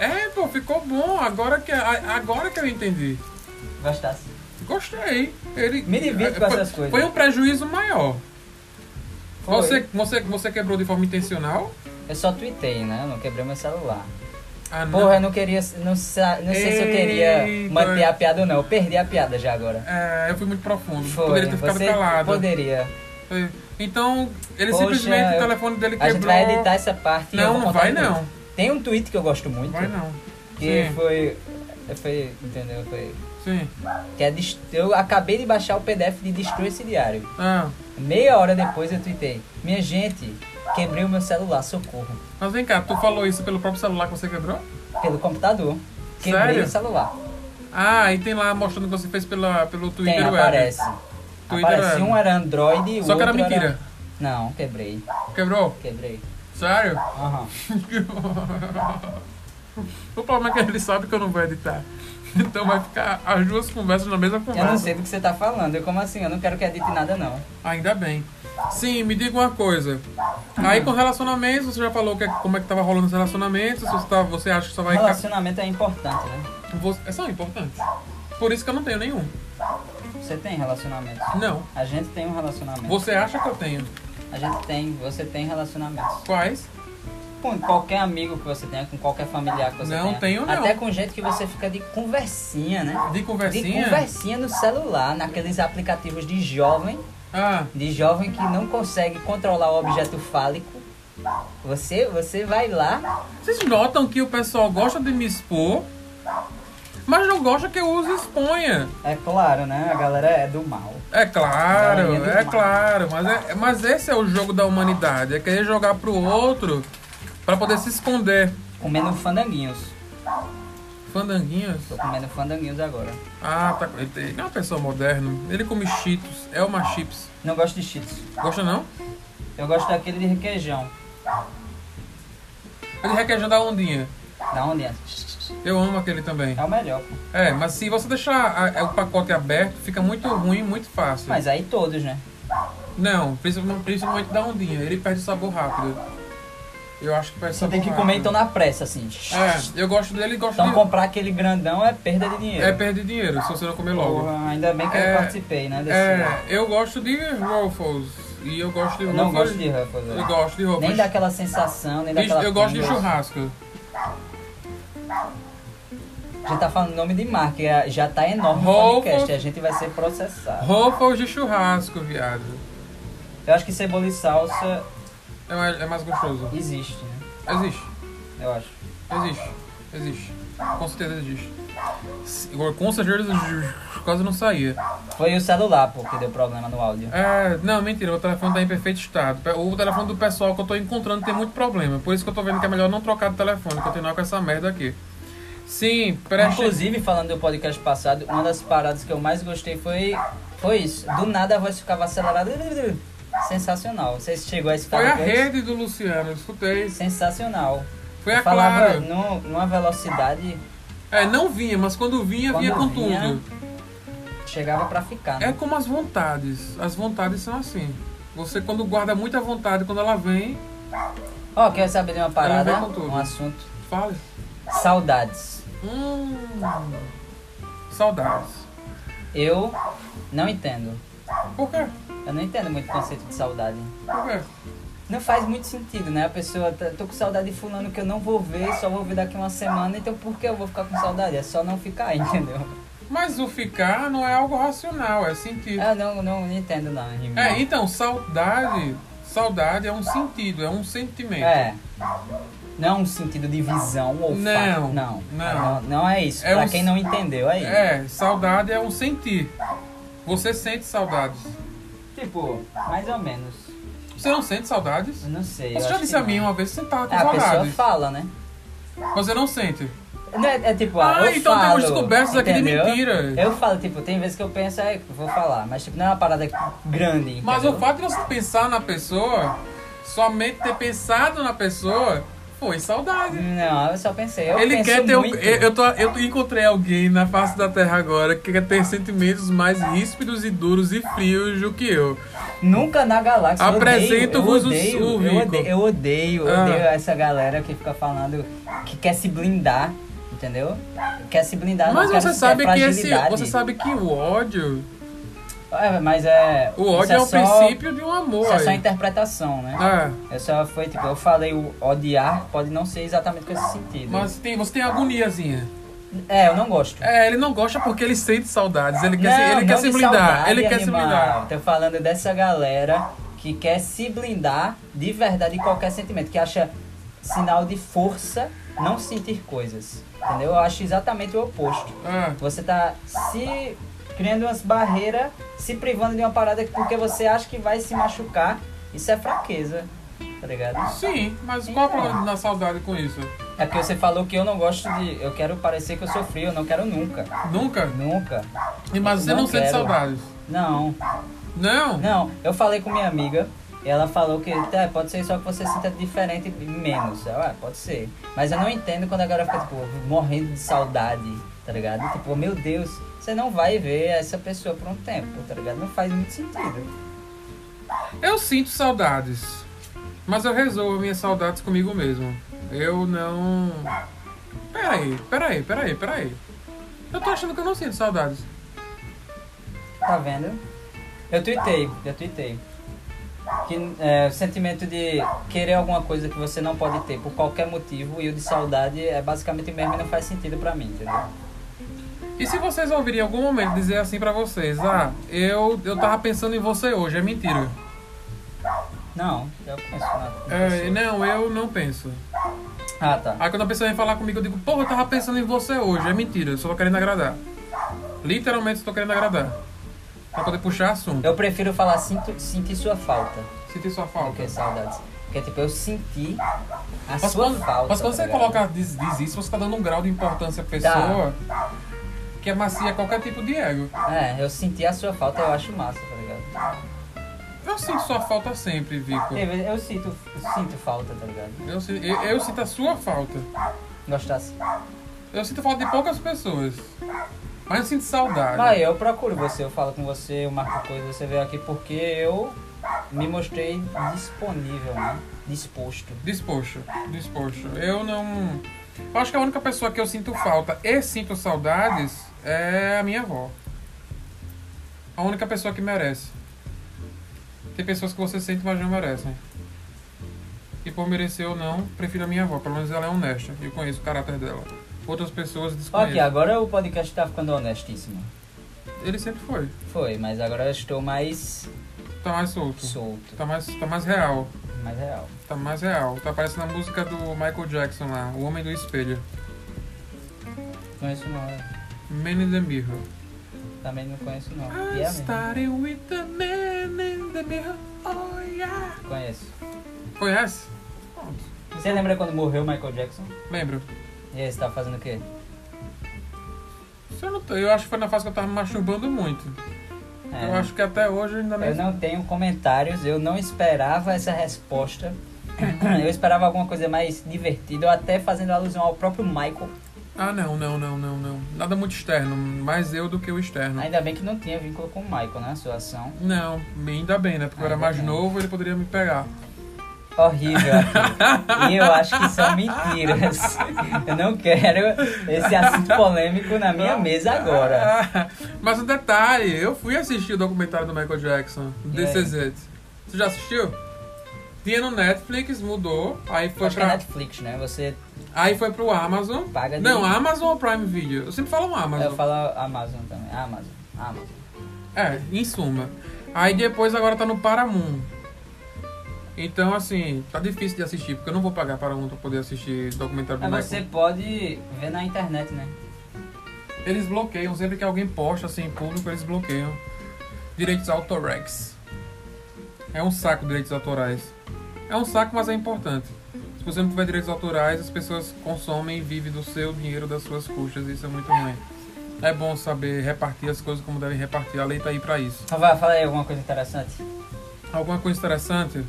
[SPEAKER 1] É, pô, ficou bom. Agora que, a- agora que eu entendi.
[SPEAKER 2] Gostasse.
[SPEAKER 1] Gostei. Ele,
[SPEAKER 2] Me divirto com
[SPEAKER 1] foi-
[SPEAKER 2] essas coisas.
[SPEAKER 1] Foi um prejuízo maior.
[SPEAKER 2] Foi.
[SPEAKER 1] Você, você, você quebrou de forma intencional?
[SPEAKER 2] Eu só tuitei, né? Eu não quebrei meu celular.
[SPEAKER 1] Ah, não.
[SPEAKER 2] Porra, eu não queria. Não, sa- não sei se eu queria
[SPEAKER 1] Eita.
[SPEAKER 2] manter a piada ou não. Eu perdi a piada já agora.
[SPEAKER 1] É, eu fui muito profundo.
[SPEAKER 2] Foi.
[SPEAKER 1] Poderia ter ficado
[SPEAKER 2] Você
[SPEAKER 1] calado.
[SPEAKER 2] poderia.
[SPEAKER 1] Foi. Então, ele
[SPEAKER 2] Poxa,
[SPEAKER 1] simplesmente,
[SPEAKER 2] eu-
[SPEAKER 1] o telefone dele
[SPEAKER 2] A
[SPEAKER 1] quebrou.
[SPEAKER 2] gente vai editar essa parte. e eu
[SPEAKER 1] é Não,
[SPEAKER 2] vou
[SPEAKER 1] não
[SPEAKER 2] contar
[SPEAKER 1] vai
[SPEAKER 2] depois.
[SPEAKER 1] não.
[SPEAKER 2] Tem um tweet que eu gosto muito.
[SPEAKER 1] Vai não.
[SPEAKER 2] Que
[SPEAKER 1] Sim,
[SPEAKER 2] foi. Foi. Entendeu? Foi.
[SPEAKER 1] sim.
[SPEAKER 2] Que é, dest- eu acabei de baixar o PDF de Destrua esse diário.
[SPEAKER 1] Ah,
[SPEAKER 2] Meia hora depois eu tuitei. Minha gente, quebrei o meu celular, socorro.
[SPEAKER 1] mas vem cá, tu falou isso pelo próprio celular que você quebrou?
[SPEAKER 2] Pelo computador. Quebrei
[SPEAKER 1] Sério?
[SPEAKER 2] o celular.
[SPEAKER 1] Ah, e tem lá mostrando que você fez pela, pelo Twitter
[SPEAKER 2] Tem,
[SPEAKER 1] Web.
[SPEAKER 2] aparece.
[SPEAKER 1] Twitter
[SPEAKER 2] aparece
[SPEAKER 1] Web.
[SPEAKER 2] um era Android e o
[SPEAKER 1] Só que
[SPEAKER 2] outro
[SPEAKER 1] era mentira.
[SPEAKER 2] Era... Não, quebrei.
[SPEAKER 1] Quebrou?
[SPEAKER 2] Quebrei.
[SPEAKER 1] Sério? <laughs>
[SPEAKER 2] Aham.
[SPEAKER 1] o problema é que ele sabe que eu não vou editar. <laughs> Então vai ficar as duas conversas na mesma
[SPEAKER 2] Eu
[SPEAKER 1] conversa.
[SPEAKER 2] não sei do que você tá falando. Eu, como assim? Eu não quero que edite nada, não.
[SPEAKER 1] Ainda bem. Sim, me diga uma coisa. Aí com relacionamentos, você já falou que, como é que tava rolando os relacionamentos, se você, tá- você acha que só vai. ca-
[SPEAKER 2] Relacionamento é importante, né?
[SPEAKER 1] Você- São importantes. Por isso que eu não tenho nenhum.
[SPEAKER 2] Você tem relacionamento.
[SPEAKER 1] Não.
[SPEAKER 2] A gente tem um relacionamento.
[SPEAKER 1] Você acha que eu tenho?
[SPEAKER 2] A gente tem, você tem relacionamentos.
[SPEAKER 1] Quais?
[SPEAKER 2] Com qualquer amigo que você tenha, com qualquer familiar que você
[SPEAKER 1] Não
[SPEAKER 2] tenha.
[SPEAKER 1] tenho, não.
[SPEAKER 2] Até com gente que você fica de conversinha, né?
[SPEAKER 1] De
[SPEAKER 2] De
[SPEAKER 1] conversinha?
[SPEAKER 2] conversinha no celular, naqueles aplicativos de jovem,
[SPEAKER 1] Ah,
[SPEAKER 2] de jovem que não consegue controlar o objeto fálico. Você, você vai lá,
[SPEAKER 1] vocês notam que o pessoal gosta de me expor, mas não gosta que eu use exponha.
[SPEAKER 2] é claro, né? A galera é do mal.
[SPEAKER 1] É
[SPEAKER 2] Não,
[SPEAKER 1] claro,
[SPEAKER 2] ele é
[SPEAKER 1] é
[SPEAKER 2] demais.
[SPEAKER 1] claro, mas, é, mas esse é o jogo da humanidade, é querer jogar pro outro pra poder se esconder.
[SPEAKER 2] Comendo fandanguinhos.
[SPEAKER 1] Fandanguinhas?
[SPEAKER 2] Tô comendo fandanguinhos agora.
[SPEAKER 1] Ah, tá. Ele, tem- ele é uma pessoa moderna. Ele come cheetos, é uma chips.
[SPEAKER 2] Não gosto de cheetos.
[SPEAKER 1] Gosta não?
[SPEAKER 2] Eu gosto daquele de requeijão.
[SPEAKER 1] Ele requeijão da ondinha.
[SPEAKER 2] Da onde é?
[SPEAKER 1] Eu amo aquele também.
[SPEAKER 2] É o melhor, pô.
[SPEAKER 1] É, mas se você deixar a- é, o pacote aberto, fica muito ruim, muito fácil.
[SPEAKER 2] Mas aí todos, né?
[SPEAKER 1] Não, principalmente, principalmente da ondinha. Ele perde sabor rápido. Eu acho que perde
[SPEAKER 2] Você
[SPEAKER 1] sabor
[SPEAKER 2] tem que comer então
[SPEAKER 1] rápido.
[SPEAKER 2] na pressa, assim.
[SPEAKER 1] É, eu gosto dele e gosto
[SPEAKER 2] Então
[SPEAKER 1] de...
[SPEAKER 2] comprar aquele grandão é perda de dinheiro.
[SPEAKER 1] É perder dinheiro se você não comer logo.
[SPEAKER 2] Porra, ainda bem que eu
[SPEAKER 1] É,
[SPEAKER 2] participei, né? Desse...
[SPEAKER 1] É, eu gosto de Ruffles. E eu gosto de
[SPEAKER 2] eu
[SPEAKER 1] Ruffles.
[SPEAKER 2] não gosto de Ruffles.
[SPEAKER 1] Eu
[SPEAKER 2] né?
[SPEAKER 1] gosto de Ruffles.
[SPEAKER 2] Nem daquela sensação, nem
[SPEAKER 1] E
[SPEAKER 2] daquela.
[SPEAKER 1] Eu gosto de
[SPEAKER 2] Pringles.
[SPEAKER 1] churrasco.
[SPEAKER 2] A gente tá falando nome de marca, é- já tá enorme o
[SPEAKER 1] Ruffles.
[SPEAKER 2] podcast, a gente vai ser processado.
[SPEAKER 1] Ruffles de churrasco, viado.
[SPEAKER 2] Eu acho que cebola e salsa
[SPEAKER 1] É mais, é mais gostoso.
[SPEAKER 2] existe, né?
[SPEAKER 1] Existe.
[SPEAKER 2] Eu acho.
[SPEAKER 1] Existe. Existe. Com certeza existe. Se- Com certeza existe. quase não saía.
[SPEAKER 2] Foi o celular, pô, que deu problema no áudio.
[SPEAKER 1] É, não, mentira, o telefone tá em perfeito estado. Pe- O telefone do pessoal que eu tô encontrando tem muito problema. Por isso que eu tô vendo que é melhor não trocar de telefone, continuar com essa merda aqui. Sim, preste.
[SPEAKER 2] Inclusive, falando do podcast passado, uma das paradas que eu mais gostei foi, foi isso. Do nada a voz ficava acelerada. Sensacional. Você chegou a esse
[SPEAKER 1] Foi a
[SPEAKER 2] cara,
[SPEAKER 1] rede do Luciano, eu escutei.
[SPEAKER 2] Sensacional.
[SPEAKER 1] Foi a
[SPEAKER 2] Falava
[SPEAKER 1] Clara.
[SPEAKER 2] num- numa velocidade,
[SPEAKER 1] É, não vinha, mas quando vinha,
[SPEAKER 2] Quando
[SPEAKER 1] vinha com
[SPEAKER 2] vinha,
[SPEAKER 1] tudo.
[SPEAKER 2] chegava pra ficar.
[SPEAKER 1] É
[SPEAKER 2] Né?
[SPEAKER 1] como as vontades. As vontades são assim. Você, quando guarda muita vontade, quando ela vem,
[SPEAKER 2] Ó, quer saber de uma parada?
[SPEAKER 1] Ela vem É. com tudo.
[SPEAKER 2] Um assunto.
[SPEAKER 1] fala.
[SPEAKER 2] Saudades.
[SPEAKER 1] Hum. Saudades.
[SPEAKER 2] Eu não entendo.
[SPEAKER 1] Por quê?
[SPEAKER 2] Eu não entendo muito o conceito de saudade.
[SPEAKER 1] Por quê?
[SPEAKER 2] Não faz muito sentido, né? A pessoa, tá, tô com saudade de fulano que eu não vou ver, só vou ver daqui uma semana, então por que eu vou ficar com saudade? É só não ficar, <laughs> entendeu?
[SPEAKER 1] Mas o ficar não é algo racional, é sentido.
[SPEAKER 2] Eu Ah, não, não, não entendo não, Rima.
[SPEAKER 1] É, então, saudade. Saudade é um sentido, é um sentimento.
[SPEAKER 2] É. Não um sentido de visão ou fato.
[SPEAKER 1] Não,
[SPEAKER 2] Não,
[SPEAKER 1] não.
[SPEAKER 2] não. Não é isso.
[SPEAKER 1] É
[SPEAKER 2] pra
[SPEAKER 1] um-
[SPEAKER 2] quem não entendeu, aí.
[SPEAKER 1] É, saudade é um sentir. Você sente saudades.
[SPEAKER 2] Tipo, mais ou menos.
[SPEAKER 1] Você não sente saudades?
[SPEAKER 2] Eu não sei. eu
[SPEAKER 1] Você já
[SPEAKER 2] acho
[SPEAKER 1] disse
[SPEAKER 2] que
[SPEAKER 1] a mim
[SPEAKER 2] não.
[SPEAKER 1] uma vez que você tava com
[SPEAKER 2] É, a pessoa
[SPEAKER 1] saudades.
[SPEAKER 2] fala, né?
[SPEAKER 1] Você não sente.
[SPEAKER 2] Não, é, é tipo,
[SPEAKER 1] Ah,
[SPEAKER 2] eu
[SPEAKER 1] então
[SPEAKER 2] falo,
[SPEAKER 1] temos descobertas aqui de
[SPEAKER 2] entendeu?
[SPEAKER 1] mentira.
[SPEAKER 2] Eu falo, tipo, tem vezes que eu penso, é, vou falar, mas tipo, não é uma parada grande.
[SPEAKER 1] Mas
[SPEAKER 2] entendeu?
[SPEAKER 1] o fato de você pensar na pessoa, somente ter pensado na pessoa, foi saudade.
[SPEAKER 2] Não, eu só pensei. Eu
[SPEAKER 1] Ele
[SPEAKER 2] penso
[SPEAKER 1] quer ter. o-
[SPEAKER 2] muito.
[SPEAKER 1] Eu, eu, tô, eu encontrei alguém na face da terra agora que quer ter sentimentos mais ríspidos e duros e frios do que eu.
[SPEAKER 2] Nunca na galáxia. Eu
[SPEAKER 1] Apresento-vos o
[SPEAKER 2] odeio, eu
[SPEAKER 1] Sul,
[SPEAKER 2] odeio,
[SPEAKER 1] Rico.
[SPEAKER 2] Eu odeio, eu odeio, eu
[SPEAKER 1] Ah.
[SPEAKER 2] odeio essa galera que fica falando que quer se blindar, entendeu? Quer se blindar.
[SPEAKER 1] Mas
[SPEAKER 2] não quer
[SPEAKER 1] você
[SPEAKER 2] se-
[SPEAKER 1] sabe
[SPEAKER 2] é
[SPEAKER 1] que esse.
[SPEAKER 2] fragilidade.
[SPEAKER 1] Você sabe que o ódio.
[SPEAKER 2] É, mas é.
[SPEAKER 1] O
[SPEAKER 2] isso
[SPEAKER 1] ódio é, o
[SPEAKER 2] só-
[SPEAKER 1] princípio de um amor.
[SPEAKER 2] Isso é só
[SPEAKER 1] aí.
[SPEAKER 2] interpretação, né?
[SPEAKER 1] É,
[SPEAKER 2] Eu só foi tipo, eu falei o odiar pode não ser exatamente com esse sentido.
[SPEAKER 1] mas tem, você tem agoniazinha.
[SPEAKER 2] É, eu não gosto.
[SPEAKER 1] É, ele não gosta porque ele sente saudades. Ele quer,
[SPEAKER 2] não,
[SPEAKER 1] se, assim, ele quer
[SPEAKER 2] não
[SPEAKER 1] se
[SPEAKER 2] de
[SPEAKER 1] blindar.
[SPEAKER 2] saudade,
[SPEAKER 1] ele quer
[SPEAKER 2] animal.
[SPEAKER 1] se blindar.
[SPEAKER 2] Tô falando dessa galera que quer se blindar de verdade de qualquer sentimento, que acha sinal de força não sentir coisas. Entendeu? Eu acho exatamente o oposto.
[SPEAKER 1] É.
[SPEAKER 2] Você tá se criando umas barreiras, se privando de uma parada porque você acha que vai se machucar. Isso é fraqueza. Tá ligado?
[SPEAKER 1] Sim, mas
[SPEAKER 2] Então.
[SPEAKER 1] qual o problema na saudade com isso?
[SPEAKER 2] É porque você falou que eu não gosto de. Eu quero parecer que eu sofri, eu não quero nunca.
[SPEAKER 1] Nunca?
[SPEAKER 2] Nunca.
[SPEAKER 1] Mas você
[SPEAKER 2] Não
[SPEAKER 1] não, sente
[SPEAKER 2] quero.
[SPEAKER 1] saudades.
[SPEAKER 2] Não.
[SPEAKER 1] Não?
[SPEAKER 2] Não, eu falei com minha amiga E ela falou que tá, pode ser só que você sinta diferente e menos. Eu, ah, pode ser. Mas eu não entendo quando a galera fica, tipo, morrendo de saudade, tá ligado? Tipo, meu Deus, você não vai ver essa pessoa por um tempo, tá ligado? Não faz muito sentido.
[SPEAKER 1] Eu sinto saudades, mas eu resolvo minhas saudades comigo mesmo. Eu não. Peraí, peraí, peraí, peraí. Eu tô achando que eu não sinto saudades.
[SPEAKER 2] Tá vendo? Eu tuitei, eu tuitei. Que, é, o sentimento de querer alguma coisa que você não pode ter por qualquer motivo e o de saudade é basicamente o mesmo e não faz sentido pra mim, entendeu?
[SPEAKER 1] E se vocês ouvirem em algum momento dizer assim pra vocês, ah, eu, eu tava pensando em você hoje, é mentira.
[SPEAKER 2] Não, eu penso na na
[SPEAKER 1] É,
[SPEAKER 2] pessoa.
[SPEAKER 1] não, eu não penso.
[SPEAKER 2] Ah, tá.
[SPEAKER 1] Aí quando a pessoa vem falar comigo, eu digo, porra, eu tava pensando em você hoje, é mentira, eu só tô querendo agradar. Literalmente só tô querendo agradar. Pra poder puxar assunto.
[SPEAKER 2] Eu prefiro falar sinto, senti sua falta
[SPEAKER 1] Senti sua
[SPEAKER 2] do
[SPEAKER 1] falta.
[SPEAKER 2] que saudades. Porque, tipo, eu senti a
[SPEAKER 1] Mas
[SPEAKER 2] sua
[SPEAKER 1] quando,
[SPEAKER 2] falta.
[SPEAKER 1] mas quando
[SPEAKER 2] tá
[SPEAKER 1] você
[SPEAKER 2] ligado?
[SPEAKER 1] coloca, diz, diz isso, você tá dando um grau de importância à pessoa que amacia qualquer tipo de ego.
[SPEAKER 2] É, eu senti a sua falta, eu acho massa, tá ligado?
[SPEAKER 1] Eu sinto sua falta sempre, Vico.
[SPEAKER 2] Eu, eu sinto, eu sinto falta, tá ligado?
[SPEAKER 1] Eu, si- eu, eu sinto a sua falta.
[SPEAKER 2] Gostasse.
[SPEAKER 1] Eu sinto falta de poucas pessoas. Mas eu sinto saudade.
[SPEAKER 2] Ah, eu procuro você, eu falo com você, eu marco coisa, você veio aqui porque eu me mostrei disponível, né? Disposto.
[SPEAKER 1] Disposto, disposto. Eu não. Eu acho que a única pessoa que eu sinto falta e sinto saudades é a minha avó. A única pessoa que merece. Tem pessoas que você sente, mas não merecem. E por merecer ou não, prefiro a minha avó. Pelo menos ela é honesta. Eu conheço o caráter dela. Outras pessoas desconhecem.
[SPEAKER 2] Ok, agora o podcast tá ficando honestíssimo.
[SPEAKER 1] Ele sempre foi.
[SPEAKER 2] Foi, mas agora eu estou mais
[SPEAKER 1] Tá mais solto.
[SPEAKER 2] solto,
[SPEAKER 1] Tá mais, tá mais real.
[SPEAKER 2] mais real.
[SPEAKER 1] Tá mais real. Tá parecendo a música do Michael Jackson lá, O Homem do Espelho.
[SPEAKER 2] Conheço não, né?
[SPEAKER 1] Man in the Mirror.
[SPEAKER 2] também não conheço não. E
[SPEAKER 1] I
[SPEAKER 2] é mesmo?
[SPEAKER 1] started with the man in the mirror. Oh yeah.
[SPEAKER 2] Conheço.
[SPEAKER 1] Conhece? Pronto.
[SPEAKER 2] Você lembra quando morreu Michael Jackson?
[SPEAKER 1] Lembro.
[SPEAKER 2] E aí, você tá fazendo o quê?
[SPEAKER 1] Se Eu, não tô- eu acho que foi na fase que eu tava me masturbando muito.
[SPEAKER 2] É,
[SPEAKER 1] Eu acho que até hoje ainda
[SPEAKER 2] Eu
[SPEAKER 1] nem.
[SPEAKER 2] não tenho comentários, eu não esperava essa resposta. <clears throat> Eu esperava alguma coisa mais divertida, ou até fazendo alusão ao próprio Michael.
[SPEAKER 1] Ah, não, não, não, não, não. Nada muito externo. Mais eu do que o externo.
[SPEAKER 2] Ainda bem que não tinha vínculo com o Michael, né? A sua ação.
[SPEAKER 1] Não, ainda bem, né? Porque eu era
[SPEAKER 2] Ainda
[SPEAKER 1] mais
[SPEAKER 2] bem.
[SPEAKER 1] novo, ele poderia me pegar.
[SPEAKER 2] Horrível
[SPEAKER 1] <laughs>
[SPEAKER 2] aqui. E eu acho que são mentiras. Eu não quero esse assunto polêmico na minha mesa agora.
[SPEAKER 1] Mas um detalhe, eu fui assistir o documentário do Michael Jackson,
[SPEAKER 2] E aí?
[SPEAKER 1] This Is It. Você já assistiu? Tinha no Netflix, mudou, aí foi
[SPEAKER 2] Acho que é
[SPEAKER 1] pra.
[SPEAKER 2] Netflix, né? Você
[SPEAKER 1] Aí foi pro Amazon.
[SPEAKER 2] paga de...
[SPEAKER 1] Não, Amazon ou Prime Video? Eu sempre falo um
[SPEAKER 2] Eu
[SPEAKER 1] Amazon.
[SPEAKER 2] falo Amazon também. Ah, Amazon. Amazon.
[SPEAKER 1] É, em suma. Aí depois agora tá no Paramount. Então, assim, tá difícil de assistir, porque eu não vou pagar Paramount pra poder assistir documentário do
[SPEAKER 2] Mas
[SPEAKER 1] Michael.
[SPEAKER 2] você pode ver na internet, né?
[SPEAKER 1] Eles bloqueiam, sempre que alguém posta assim em público, eles bloqueiam. Direitos autorais. É um saco direitos autorais. É um saco, mas é importante. Se você não tiver direitos autorais, as pessoas consomem e vivem do seu dinheiro, das suas custas, e isso é muito ruim. É bom saber repartir as coisas como devem repartir, a lei tá aí pra isso.
[SPEAKER 2] Rafael, fala aí alguma coisa interessante.
[SPEAKER 1] Alguma coisa interessante?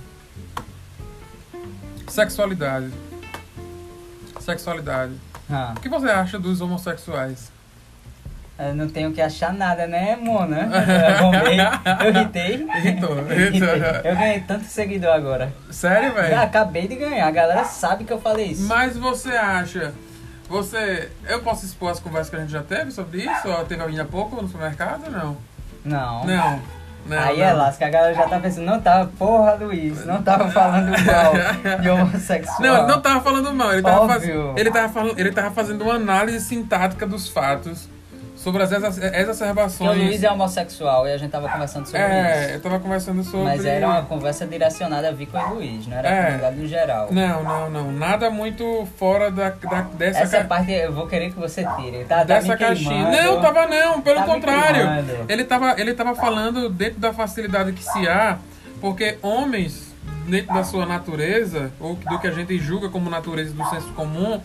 [SPEAKER 1] Sexualidade. Sexualidade.
[SPEAKER 2] Ah.
[SPEAKER 1] O que você acha dos homossexuais?
[SPEAKER 2] Ah, Eu não tenho que achar nada, né, Mona? Eu bombei, eu <laughs> irritei.
[SPEAKER 1] <laughs> Irritou, irritou.
[SPEAKER 2] Eu ganhei tanto seguidor agora.
[SPEAKER 1] Sério, velho?
[SPEAKER 2] Ah, acabei de ganhar, a galera sabe que eu falei isso.
[SPEAKER 1] Mas você acha? Você. Eu posso expor as conversas que a gente já teve sobre isso? Ou teve alguém há pouco no supermercado? Não.
[SPEAKER 2] Não.
[SPEAKER 1] Não. não
[SPEAKER 2] Aí
[SPEAKER 1] não.
[SPEAKER 2] é lasca, a galera já tá pensando, não tava, porra, Luiz, não tava falando
[SPEAKER 1] <laughs>
[SPEAKER 2] mal de homossexual.
[SPEAKER 1] Não, ele não tava falando mal. Ele tava, faz...
[SPEAKER 2] Óbvio.
[SPEAKER 1] ele, tava falando... ele tava fazendo uma análise sintática dos fatos sobre as exa-
[SPEAKER 2] Porque o
[SPEAKER 1] exacerbações.
[SPEAKER 2] Luiz é homossexual e a gente tava conversando sobre
[SPEAKER 1] É,
[SPEAKER 2] isso.
[SPEAKER 1] eu tava conversando sobre.
[SPEAKER 2] Mas era uma conversa direcionada a Vico e Luiz, não era
[SPEAKER 1] É.
[SPEAKER 2] a comunidade no geral.
[SPEAKER 1] Não, não, não. Nada muito fora da, da- dessa,
[SPEAKER 2] Essa
[SPEAKER 1] ca-
[SPEAKER 2] parte eu vou querer que você tire. Tá, tá
[SPEAKER 1] dessa
[SPEAKER 2] me
[SPEAKER 1] caixinha.
[SPEAKER 2] queimando.
[SPEAKER 1] Não, tava não, pelo
[SPEAKER 2] Tá me
[SPEAKER 1] contrário.
[SPEAKER 2] queimando.
[SPEAKER 1] Ele tava, ele tava falando dentro da facilidade que se há, porque homens, dentro da sua natureza, ou do que a gente julga como natureza do senso comum,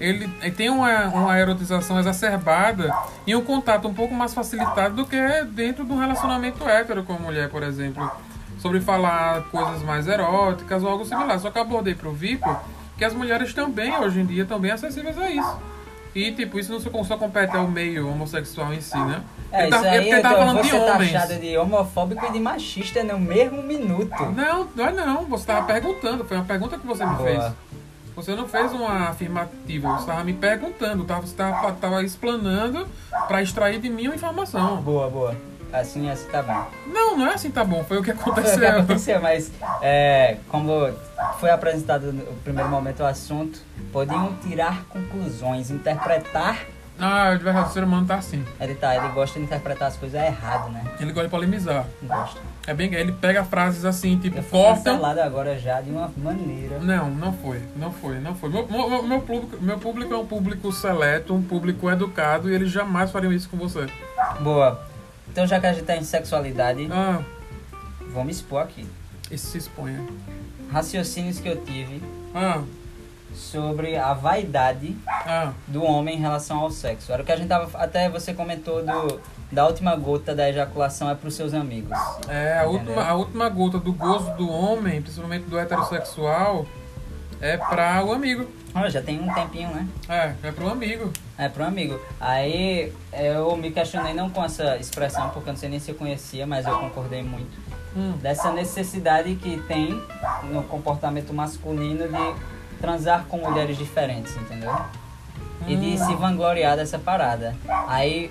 [SPEAKER 1] ele, ele tem uma, uma erotização exacerbada e um contato um pouco mais facilitado do que é dentro de um relacionamento hétero com a mulher, por exemplo. sobre falar coisas mais eróticas ou algo similar. Só que eu abordei pro Vico que as mulheres também, hoje em dia, também acessíveis a isso. E, tipo, isso não só- só compete ao meio homossexual em si, né?
[SPEAKER 2] É,
[SPEAKER 1] ele tá,
[SPEAKER 2] isso aí
[SPEAKER 1] porque ele tava
[SPEAKER 2] eu
[SPEAKER 1] falando
[SPEAKER 2] vou
[SPEAKER 1] de
[SPEAKER 2] ser
[SPEAKER 1] homens.
[SPEAKER 2] taxado de homofóbico e de machista no mesmo minuto.
[SPEAKER 1] Não, não é não. Você tava perguntando. Foi uma pergunta que você me
[SPEAKER 2] Boa.
[SPEAKER 1] fez. Você não fez uma afirmativa. Você tava me perguntando. Tava, você tava, tava explanando pra extrair de mim uma informação.
[SPEAKER 2] Boa, boa. Assim, assim tá bom.
[SPEAKER 1] Não, não é assim, tá bom. Foi o que
[SPEAKER 2] Foi <laughs> o que
[SPEAKER 1] aconteceu.
[SPEAKER 2] aconteceu, mas é, como foi apresentado no primeiro momento o assunto, podiam tirar conclusões, interpretar.
[SPEAKER 1] Ah, de verdade, o ser humano tá assim.
[SPEAKER 2] Ele tá, ele gosta de interpretar as coisas errado, né?
[SPEAKER 1] Ele gosta de polemizar.
[SPEAKER 2] Não gosta.
[SPEAKER 1] É bem ele pega frases assim, tipo,
[SPEAKER 2] Eu fui
[SPEAKER 1] corta.
[SPEAKER 2] cancelado agora já de uma maneira.
[SPEAKER 1] Não, não foi, não foi, não foi. Meu, meu, meu público, meu público é um público seleto, um público educado e eles jamais fariam isso com você.
[SPEAKER 2] Boa. Então já que a gente tá em sexualidade,
[SPEAKER 1] Ah,
[SPEAKER 2] vou me expor aqui.
[SPEAKER 1] isso se exponha.
[SPEAKER 2] Raciocínios que eu tive
[SPEAKER 1] Ah,
[SPEAKER 2] sobre a vaidade
[SPEAKER 1] ah,
[SPEAKER 2] do homem em relação ao sexo. Era o que a gente tava. Até você comentou do, da última gota da ejaculação é pros seus amigos.
[SPEAKER 1] é, a última,
[SPEAKER 2] Entendeu?
[SPEAKER 1] a última gota do gozo do homem, principalmente do heterossexual, é pra o amigo.
[SPEAKER 2] Olha, já tem um tempinho, né?
[SPEAKER 1] É, é pro amigo.
[SPEAKER 2] É, pro amigo. Aí eu me questionei não com essa expressão, porque eu não sei nem se eu conhecia, mas eu concordei muito.
[SPEAKER 1] Hum,
[SPEAKER 2] Dessa necessidade que tem no comportamento masculino de transar com mulheres diferentes, entendeu? E de se vangloriar dessa parada. Aí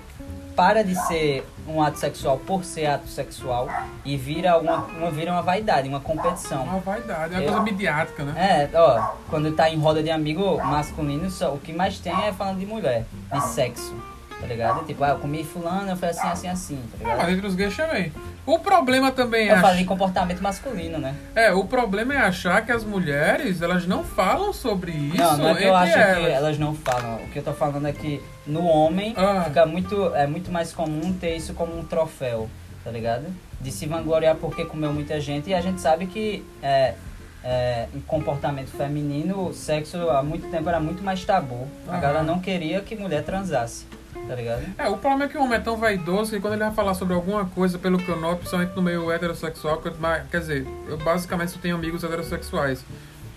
[SPEAKER 2] para de ser um ato sexual por ser ato sexual e vira alguma uma, vira uma vaidade, uma competição.
[SPEAKER 1] uma vaidade, é uma
[SPEAKER 2] Eu-
[SPEAKER 1] coisa midiática, né?
[SPEAKER 2] É, ó, quando tá em roda de amigo masculino, só, o que mais tem é falando de mulher, de sexo, tá ligado? Tipo, ah, eu comi fulano, eu fui assim, assim, assim, tá
[SPEAKER 1] Ah,
[SPEAKER 2] ligado?
[SPEAKER 1] mas entre os gays também. O problema também é.
[SPEAKER 2] Eu
[SPEAKER 1] a-
[SPEAKER 2] falo de comportamento masculino, né?
[SPEAKER 1] É, o problema é achar que as mulheres, elas não falam sobre isso
[SPEAKER 2] não, não é que
[SPEAKER 1] entre
[SPEAKER 2] eu acho
[SPEAKER 1] elas.
[SPEAKER 2] que elas não falam. O que eu tô falando é que no homem
[SPEAKER 1] Ah.
[SPEAKER 2] fica muito, é muito mais comum ter isso como um troféu, tá ligado? De se vangloriar porque comeu muita gente e a gente sabe que é, é, em comportamento feminino o sexo há muito tempo era muito mais tabu. A
[SPEAKER 1] Aham.
[SPEAKER 2] galera não queria que mulher transasse, tá ligado?
[SPEAKER 1] É, o problema é que o homem é tão vaidoso que quando ele vai falar sobre alguma coisa, pelo que eu noto, principalmente no meio heterossexual, que eu- mas, quer dizer, eu basicamente só tenho amigos heterossexuais.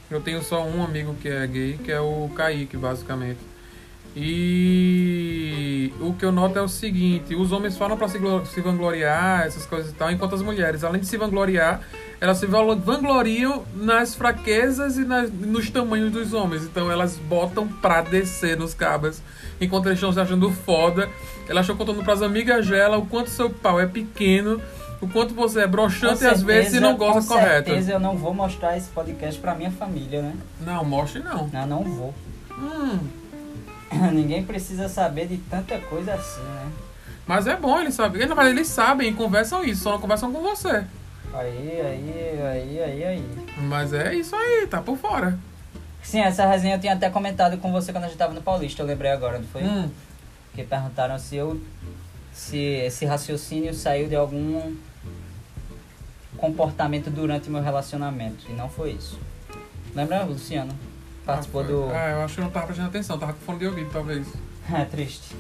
[SPEAKER 1] Eu tenho só um amigo que é gay, que é o Kaique, basicamente. E o que eu noto é o seguinte: os homens falam pra se, glo- se vangloriar, essas coisas e tal, enquanto as mulheres, além de se vangloriar, elas se valo- vangloriam nas fraquezas e nas- nos tamanhos dos homens. Então elas botam pra descer nos cabas, enquanto eles estão se achando foda. Elas estão contando pras amigas dela o quanto seu pau é pequeno, o quanto você é broxante
[SPEAKER 2] Com
[SPEAKER 1] às vezes e
[SPEAKER 2] certeza-
[SPEAKER 1] não gosta
[SPEAKER 2] com
[SPEAKER 1] correto.
[SPEAKER 2] certeza eu não vou mostrar esse podcast pra minha família, né?
[SPEAKER 1] Não, mostre não.
[SPEAKER 2] Não, não vou. <clears throat>
[SPEAKER 1] Hum.
[SPEAKER 2] Ninguém precisa saber de tanta coisa assim, né?
[SPEAKER 1] Mas é bom eles saberem. Na verdade, eles sabem e conversam isso, só não conversam com você.
[SPEAKER 2] Aí, aí, aí, aí, aí.
[SPEAKER 1] Mas é isso aí, tá por fora.
[SPEAKER 2] Sim, essa resenha eu tinha até comentado com você quando a gente tava no Paulista, eu lembrei agora, não foi?
[SPEAKER 1] Hum.
[SPEAKER 2] Porque perguntaram se eu. se esse raciocínio saiu de algum comportamento durante meu relacionamento. E não foi isso. Lembra, Luciano? Participou
[SPEAKER 1] Ah, foi.
[SPEAKER 2] do.
[SPEAKER 1] Ah, eu acho que eu não tava prestando atenção, tava com fone de ouvido, talvez.
[SPEAKER 2] <laughs> É triste.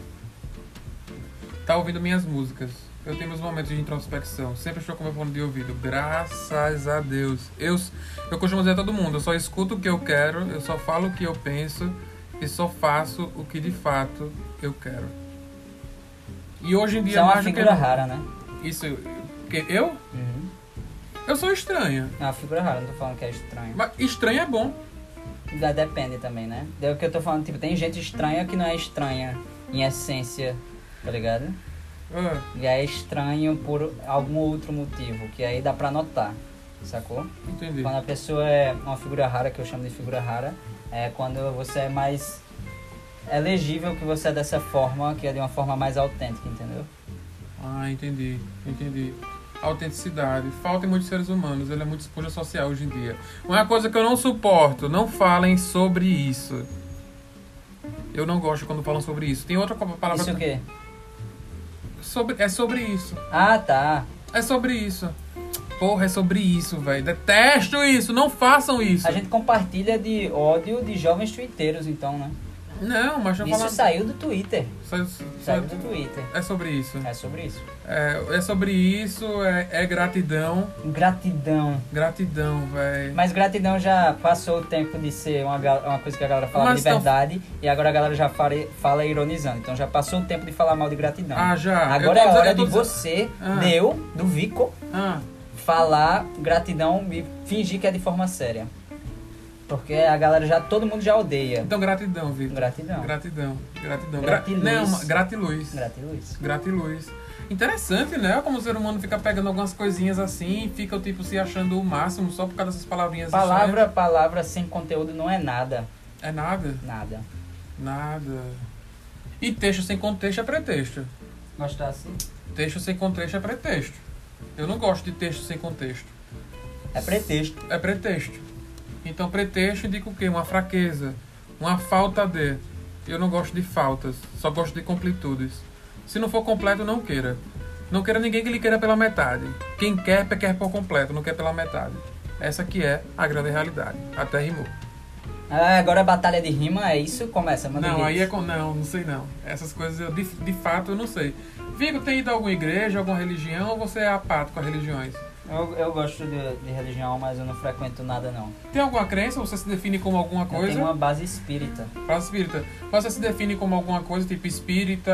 [SPEAKER 1] Tá ouvindo minhas músicas. Eu tenho meus momentos de introspecção. Sempre estou com meu fone de ouvido. Graças a Deus. Eu, eu costumo dizer a todo mundo, eu só escuto o que eu quero, eu só falo o que eu penso e só faço o que de fato eu quero. E hoje em
[SPEAKER 2] Isso
[SPEAKER 1] dia
[SPEAKER 2] é uma
[SPEAKER 1] mais do que
[SPEAKER 2] figura
[SPEAKER 1] nunca-
[SPEAKER 2] rara, né?
[SPEAKER 1] Isso. que eu?
[SPEAKER 2] Uhum.
[SPEAKER 1] Eu sou estranha.
[SPEAKER 2] É uma figura rara, não tô falando que é estranho.
[SPEAKER 1] Mas estranho é bom.
[SPEAKER 2] Já depende também, né? É o que eu tô falando, tipo, tem gente estranha que não é estranha em essência, tá ligado?
[SPEAKER 1] Ah,
[SPEAKER 2] E é estranho por algum outro motivo, que aí dá pra notar, sacou?
[SPEAKER 1] entendi.
[SPEAKER 2] Quando a pessoa é uma figura rara, que eu chamo de figura rara, é quando você é mais. É legível que você é dessa forma, que é de uma forma mais autêntica, entendeu?
[SPEAKER 1] Ah, entendi, entendi. Autenticidade. Falta em muitos seres humanos, ele é muito exposto social hoje em dia. Uma coisa que eu não suporto, não falem sobre isso. Eu não gosto quando falam sobre isso. Tem outra co- palavra
[SPEAKER 2] Isso o quê?
[SPEAKER 1] sobre é sobre isso.
[SPEAKER 2] Ah, tá.
[SPEAKER 1] É sobre isso. Porra, é sobre isso, velho. Detesto isso, não façam isso.
[SPEAKER 2] A gente compartilha de ódio de jovens twitteiros, então, né?
[SPEAKER 1] Não, mas já
[SPEAKER 2] Isso
[SPEAKER 1] falando.
[SPEAKER 2] saiu do Twitter.
[SPEAKER 1] Saiu-
[SPEAKER 2] Saiu
[SPEAKER 1] saiu-
[SPEAKER 2] do Twitter.
[SPEAKER 1] É sobre isso.
[SPEAKER 2] É sobre isso.
[SPEAKER 1] É, é sobre isso, é, é gratidão.
[SPEAKER 2] Gratidão.
[SPEAKER 1] Gratidão, velho.
[SPEAKER 2] Mas gratidão já passou o tempo de ser uma, ga- uma coisa que a galera fala
[SPEAKER 1] Mas
[SPEAKER 2] de
[SPEAKER 1] tão-
[SPEAKER 2] verdade e agora a galera já fala, fala ironizando. Então já passou o tempo de falar mal de gratidão.
[SPEAKER 1] Ah, já.
[SPEAKER 2] agora
[SPEAKER 1] Eu tô
[SPEAKER 2] é a
[SPEAKER 1] dizendo-
[SPEAKER 2] hora
[SPEAKER 1] eu tô
[SPEAKER 2] de
[SPEAKER 1] dizendo-
[SPEAKER 2] você,
[SPEAKER 1] Ah.
[SPEAKER 2] de eu, do Vico,
[SPEAKER 1] Ah,
[SPEAKER 2] falar gratidão e fingir que é de forma séria. Porque a galera já, todo mundo já odeia.
[SPEAKER 1] então gratidão, Vitor.
[SPEAKER 2] Gratidão.
[SPEAKER 1] Gratidão, gratidão. Gra-
[SPEAKER 2] Gratiluz.
[SPEAKER 1] Não, ma- gratiluz.
[SPEAKER 2] Gratiluz.
[SPEAKER 1] Gratiluz. Interessante, né? Como o ser humano fica pegando algumas coisinhas assim e fica, tipo, se achando o máximo só por causa dessas palavrinhas.
[SPEAKER 2] Palavra, palavra sem conteúdo não é nada.
[SPEAKER 1] estranhas. É nada,
[SPEAKER 2] Nada.
[SPEAKER 1] nada. E texto sem contexto é pretexto.
[SPEAKER 2] Gostasse?
[SPEAKER 1] Texto sem contexto é pretexto. Eu não gosto de texto sem contexto.
[SPEAKER 2] É pretexto.
[SPEAKER 1] É pretexto. Então, pretexto indica o quê? Uma fraqueza, uma falta de. Eu não gosto de faltas, só gosto de completudes. Se não for completo, não queira. Não queira ninguém que lhe queira pela metade. Quem quer, quer por completo, não quer pela metade. Essa que é a grande realidade. Até rimou.
[SPEAKER 2] Ah, agora a batalha de rima é isso? Começa, manda
[SPEAKER 1] não,
[SPEAKER 2] ver.
[SPEAKER 1] aí é com... Não, não sei não. Essas coisas, eu, de, de fato, eu não sei. Vigo, tem ido a alguma igreja, alguma religião, ou você é apático a religiões?
[SPEAKER 2] Eu, eu gosto de, de religião, mas eu não frequento nada não.
[SPEAKER 1] Tem alguma crença? Você se define como alguma
[SPEAKER 2] Eu
[SPEAKER 1] coisa?
[SPEAKER 2] tenho uma base espírita.
[SPEAKER 1] Fala espírita. Você se define como alguma coisa tipo espírita.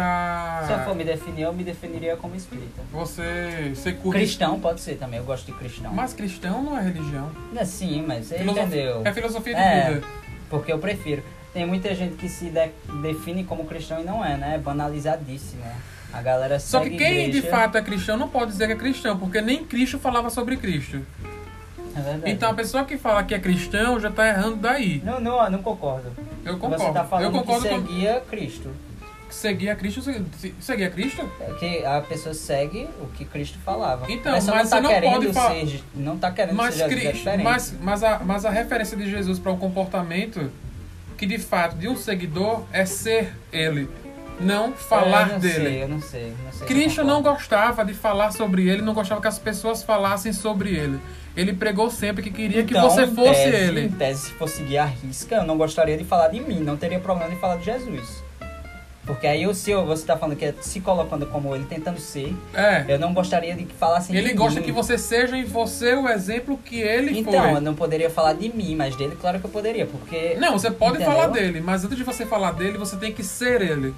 [SPEAKER 2] Se
[SPEAKER 1] Ah.
[SPEAKER 2] eu for me definir, eu me definiria como espírita.
[SPEAKER 1] Você. Você curte.
[SPEAKER 2] Cristão pode ser também, eu gosto de cristão.
[SPEAKER 1] Mas cristão não é religião.
[SPEAKER 2] É, Sim, mas você
[SPEAKER 1] Filosofi-
[SPEAKER 2] entendeu.
[SPEAKER 1] É filosofia de
[SPEAKER 2] É.
[SPEAKER 1] vida.
[SPEAKER 2] Porque eu prefiro. Tem muita gente que se de- define como cristão e não é, né? É banalizadíssimo. A galera
[SPEAKER 1] Só que
[SPEAKER 2] segue
[SPEAKER 1] quem de
[SPEAKER 2] igreja.
[SPEAKER 1] fato é cristão não pode dizer que é cristão, porque nem Cristo falava sobre Cristo.
[SPEAKER 2] É verdade.
[SPEAKER 1] Então a pessoa que fala que é cristão já tá errando daí.
[SPEAKER 2] Não, não, não concordo.
[SPEAKER 1] Eu
[SPEAKER 2] Você
[SPEAKER 1] concordo.
[SPEAKER 2] tá falando
[SPEAKER 1] Eu concordo
[SPEAKER 2] que
[SPEAKER 1] com
[SPEAKER 2] seguia Cristo.
[SPEAKER 1] que seguia Cristo. se- Seguia Cristo?
[SPEAKER 2] É Que a pessoa segue o que Cristo falava.
[SPEAKER 1] Então,
[SPEAKER 2] a pessoa
[SPEAKER 1] mas
[SPEAKER 2] não tá
[SPEAKER 1] você não
[SPEAKER 2] querendo
[SPEAKER 1] pode falar-
[SPEAKER 2] ser, não tá querendo
[SPEAKER 1] Mas,
[SPEAKER 2] ser
[SPEAKER 1] Cri-
[SPEAKER 2] Jesus, é diferente.
[SPEAKER 1] mas, mas, a, mas a referência de Jesus para um comportamento que de fato de um seguidor é ser ele, não falar
[SPEAKER 2] É, eu não
[SPEAKER 1] dele.
[SPEAKER 2] Sei, eu não sei, não sei.
[SPEAKER 1] Cristo não
[SPEAKER 2] concordo.
[SPEAKER 1] gostava de falar sobre ele, não gostava que as pessoas falassem sobre ele. Ele pregou sempre que queria
[SPEAKER 2] Então,
[SPEAKER 1] que você
[SPEAKER 2] em
[SPEAKER 1] fosse
[SPEAKER 2] tese- Em
[SPEAKER 1] ele.
[SPEAKER 2] tese, se for seguir a risca, eu não gostaria de falar de mim, não teria problema de falar de Jesus. Porque aí o seu, você tá falando que é se colocando como ele, tentando ser,
[SPEAKER 1] É.
[SPEAKER 2] eu não gostaria de que falassem de
[SPEAKER 1] Ele gosta
[SPEAKER 2] mim.
[SPEAKER 1] que você seja em você o exemplo que ele
[SPEAKER 2] Então, eu
[SPEAKER 1] foi.
[SPEAKER 2] não poderia falar de mim, mas dele, claro que eu poderia, porque...
[SPEAKER 1] Não, você pode
[SPEAKER 2] Entendeu?
[SPEAKER 1] falar dele, mas antes de você falar dele, você tem que ser ele.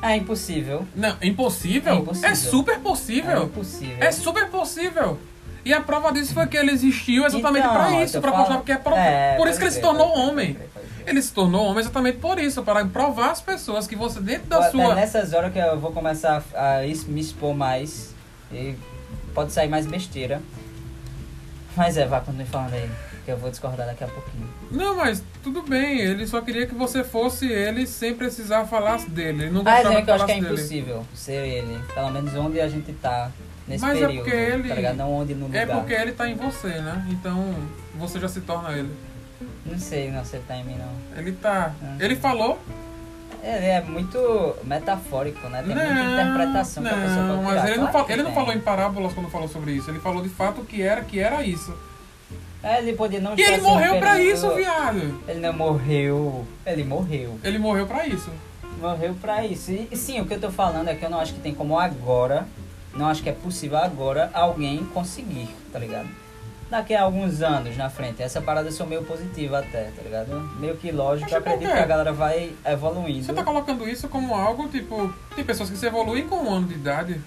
[SPEAKER 2] É impossível.
[SPEAKER 1] Não, impossível?
[SPEAKER 2] É impossível.
[SPEAKER 1] É super
[SPEAKER 2] É
[SPEAKER 1] possível.
[SPEAKER 2] impossível.
[SPEAKER 1] É super possível. E a prova disso foi que ele existiu exatamente
[SPEAKER 2] Então,
[SPEAKER 1] pra
[SPEAKER 2] eu
[SPEAKER 1] isso,
[SPEAKER 2] tô
[SPEAKER 1] pra
[SPEAKER 2] falando-
[SPEAKER 1] mostrar que é prova.
[SPEAKER 2] É,
[SPEAKER 1] por isso
[SPEAKER 2] pode
[SPEAKER 1] que ele se
[SPEAKER 2] crer,
[SPEAKER 1] tornou
[SPEAKER 2] pode crer,
[SPEAKER 1] homem.
[SPEAKER 2] pode crer, pode crer.
[SPEAKER 1] Ele se tornou homem exatamente por isso, para provar às pessoas que você dentro da
[SPEAKER 2] Pô,
[SPEAKER 1] sua
[SPEAKER 2] É nessas horas que eu vou começar a a es- me expor mais e pode sair mais besteira. Mas é, vá, continue falando aí, que eu vou discordar daqui a pouquinho.
[SPEAKER 1] Não, mas tudo bem, ele só queria que você fosse ele sem precisar falar dele. Ele não
[SPEAKER 2] Ah,
[SPEAKER 1] gostava
[SPEAKER 2] é
[SPEAKER 1] que
[SPEAKER 2] que eu acho que
[SPEAKER 1] falasse
[SPEAKER 2] é
[SPEAKER 1] dele.
[SPEAKER 2] impossível ser ele, pelo menos onde a gente tá nesse
[SPEAKER 1] Mas é
[SPEAKER 2] período,
[SPEAKER 1] porque ele-
[SPEAKER 2] tá ligado? Não onde no lugar.
[SPEAKER 1] É porque ele tá em você, né? Então você já se torna ele.
[SPEAKER 2] Não sei, não sei se tá em mim, não.
[SPEAKER 1] Ele tá.
[SPEAKER 2] Ah.
[SPEAKER 1] Ele falou.
[SPEAKER 2] Ele é muito metafórico, né? Tem muita
[SPEAKER 1] não,
[SPEAKER 2] interpretação que a pessoa pode
[SPEAKER 1] não,
[SPEAKER 2] tirar.
[SPEAKER 1] mas ele, não,
[SPEAKER 2] Claro
[SPEAKER 1] fa-
[SPEAKER 2] que
[SPEAKER 1] ele não
[SPEAKER 2] tem.
[SPEAKER 1] falou em parábolas quando falou sobre isso. Ele falou de fato o que era, que era isso.
[SPEAKER 2] É, ele podia não
[SPEAKER 1] E
[SPEAKER 2] estar
[SPEAKER 1] ele
[SPEAKER 2] sendo
[SPEAKER 1] morreu pra
[SPEAKER 2] período-
[SPEAKER 1] isso, viado.
[SPEAKER 2] Ele não morreu. Ele morreu.
[SPEAKER 1] Ele morreu pra isso.
[SPEAKER 2] Morreu pra isso. E e sim, o que eu tô falando é que eu não acho que tem como agora, não acho que é possível agora alguém conseguir, tá ligado? Daqui a alguns anos na frente. Essa parada eu sou meio positiva até, tá ligado? Meio que lógico,
[SPEAKER 1] Mas
[SPEAKER 2] eu acredito
[SPEAKER 1] por quê?
[SPEAKER 2] que a galera vai evoluindo.
[SPEAKER 1] Você tá colocando isso como algo, tipo. Tem pessoas que se evoluem com um ano de idade.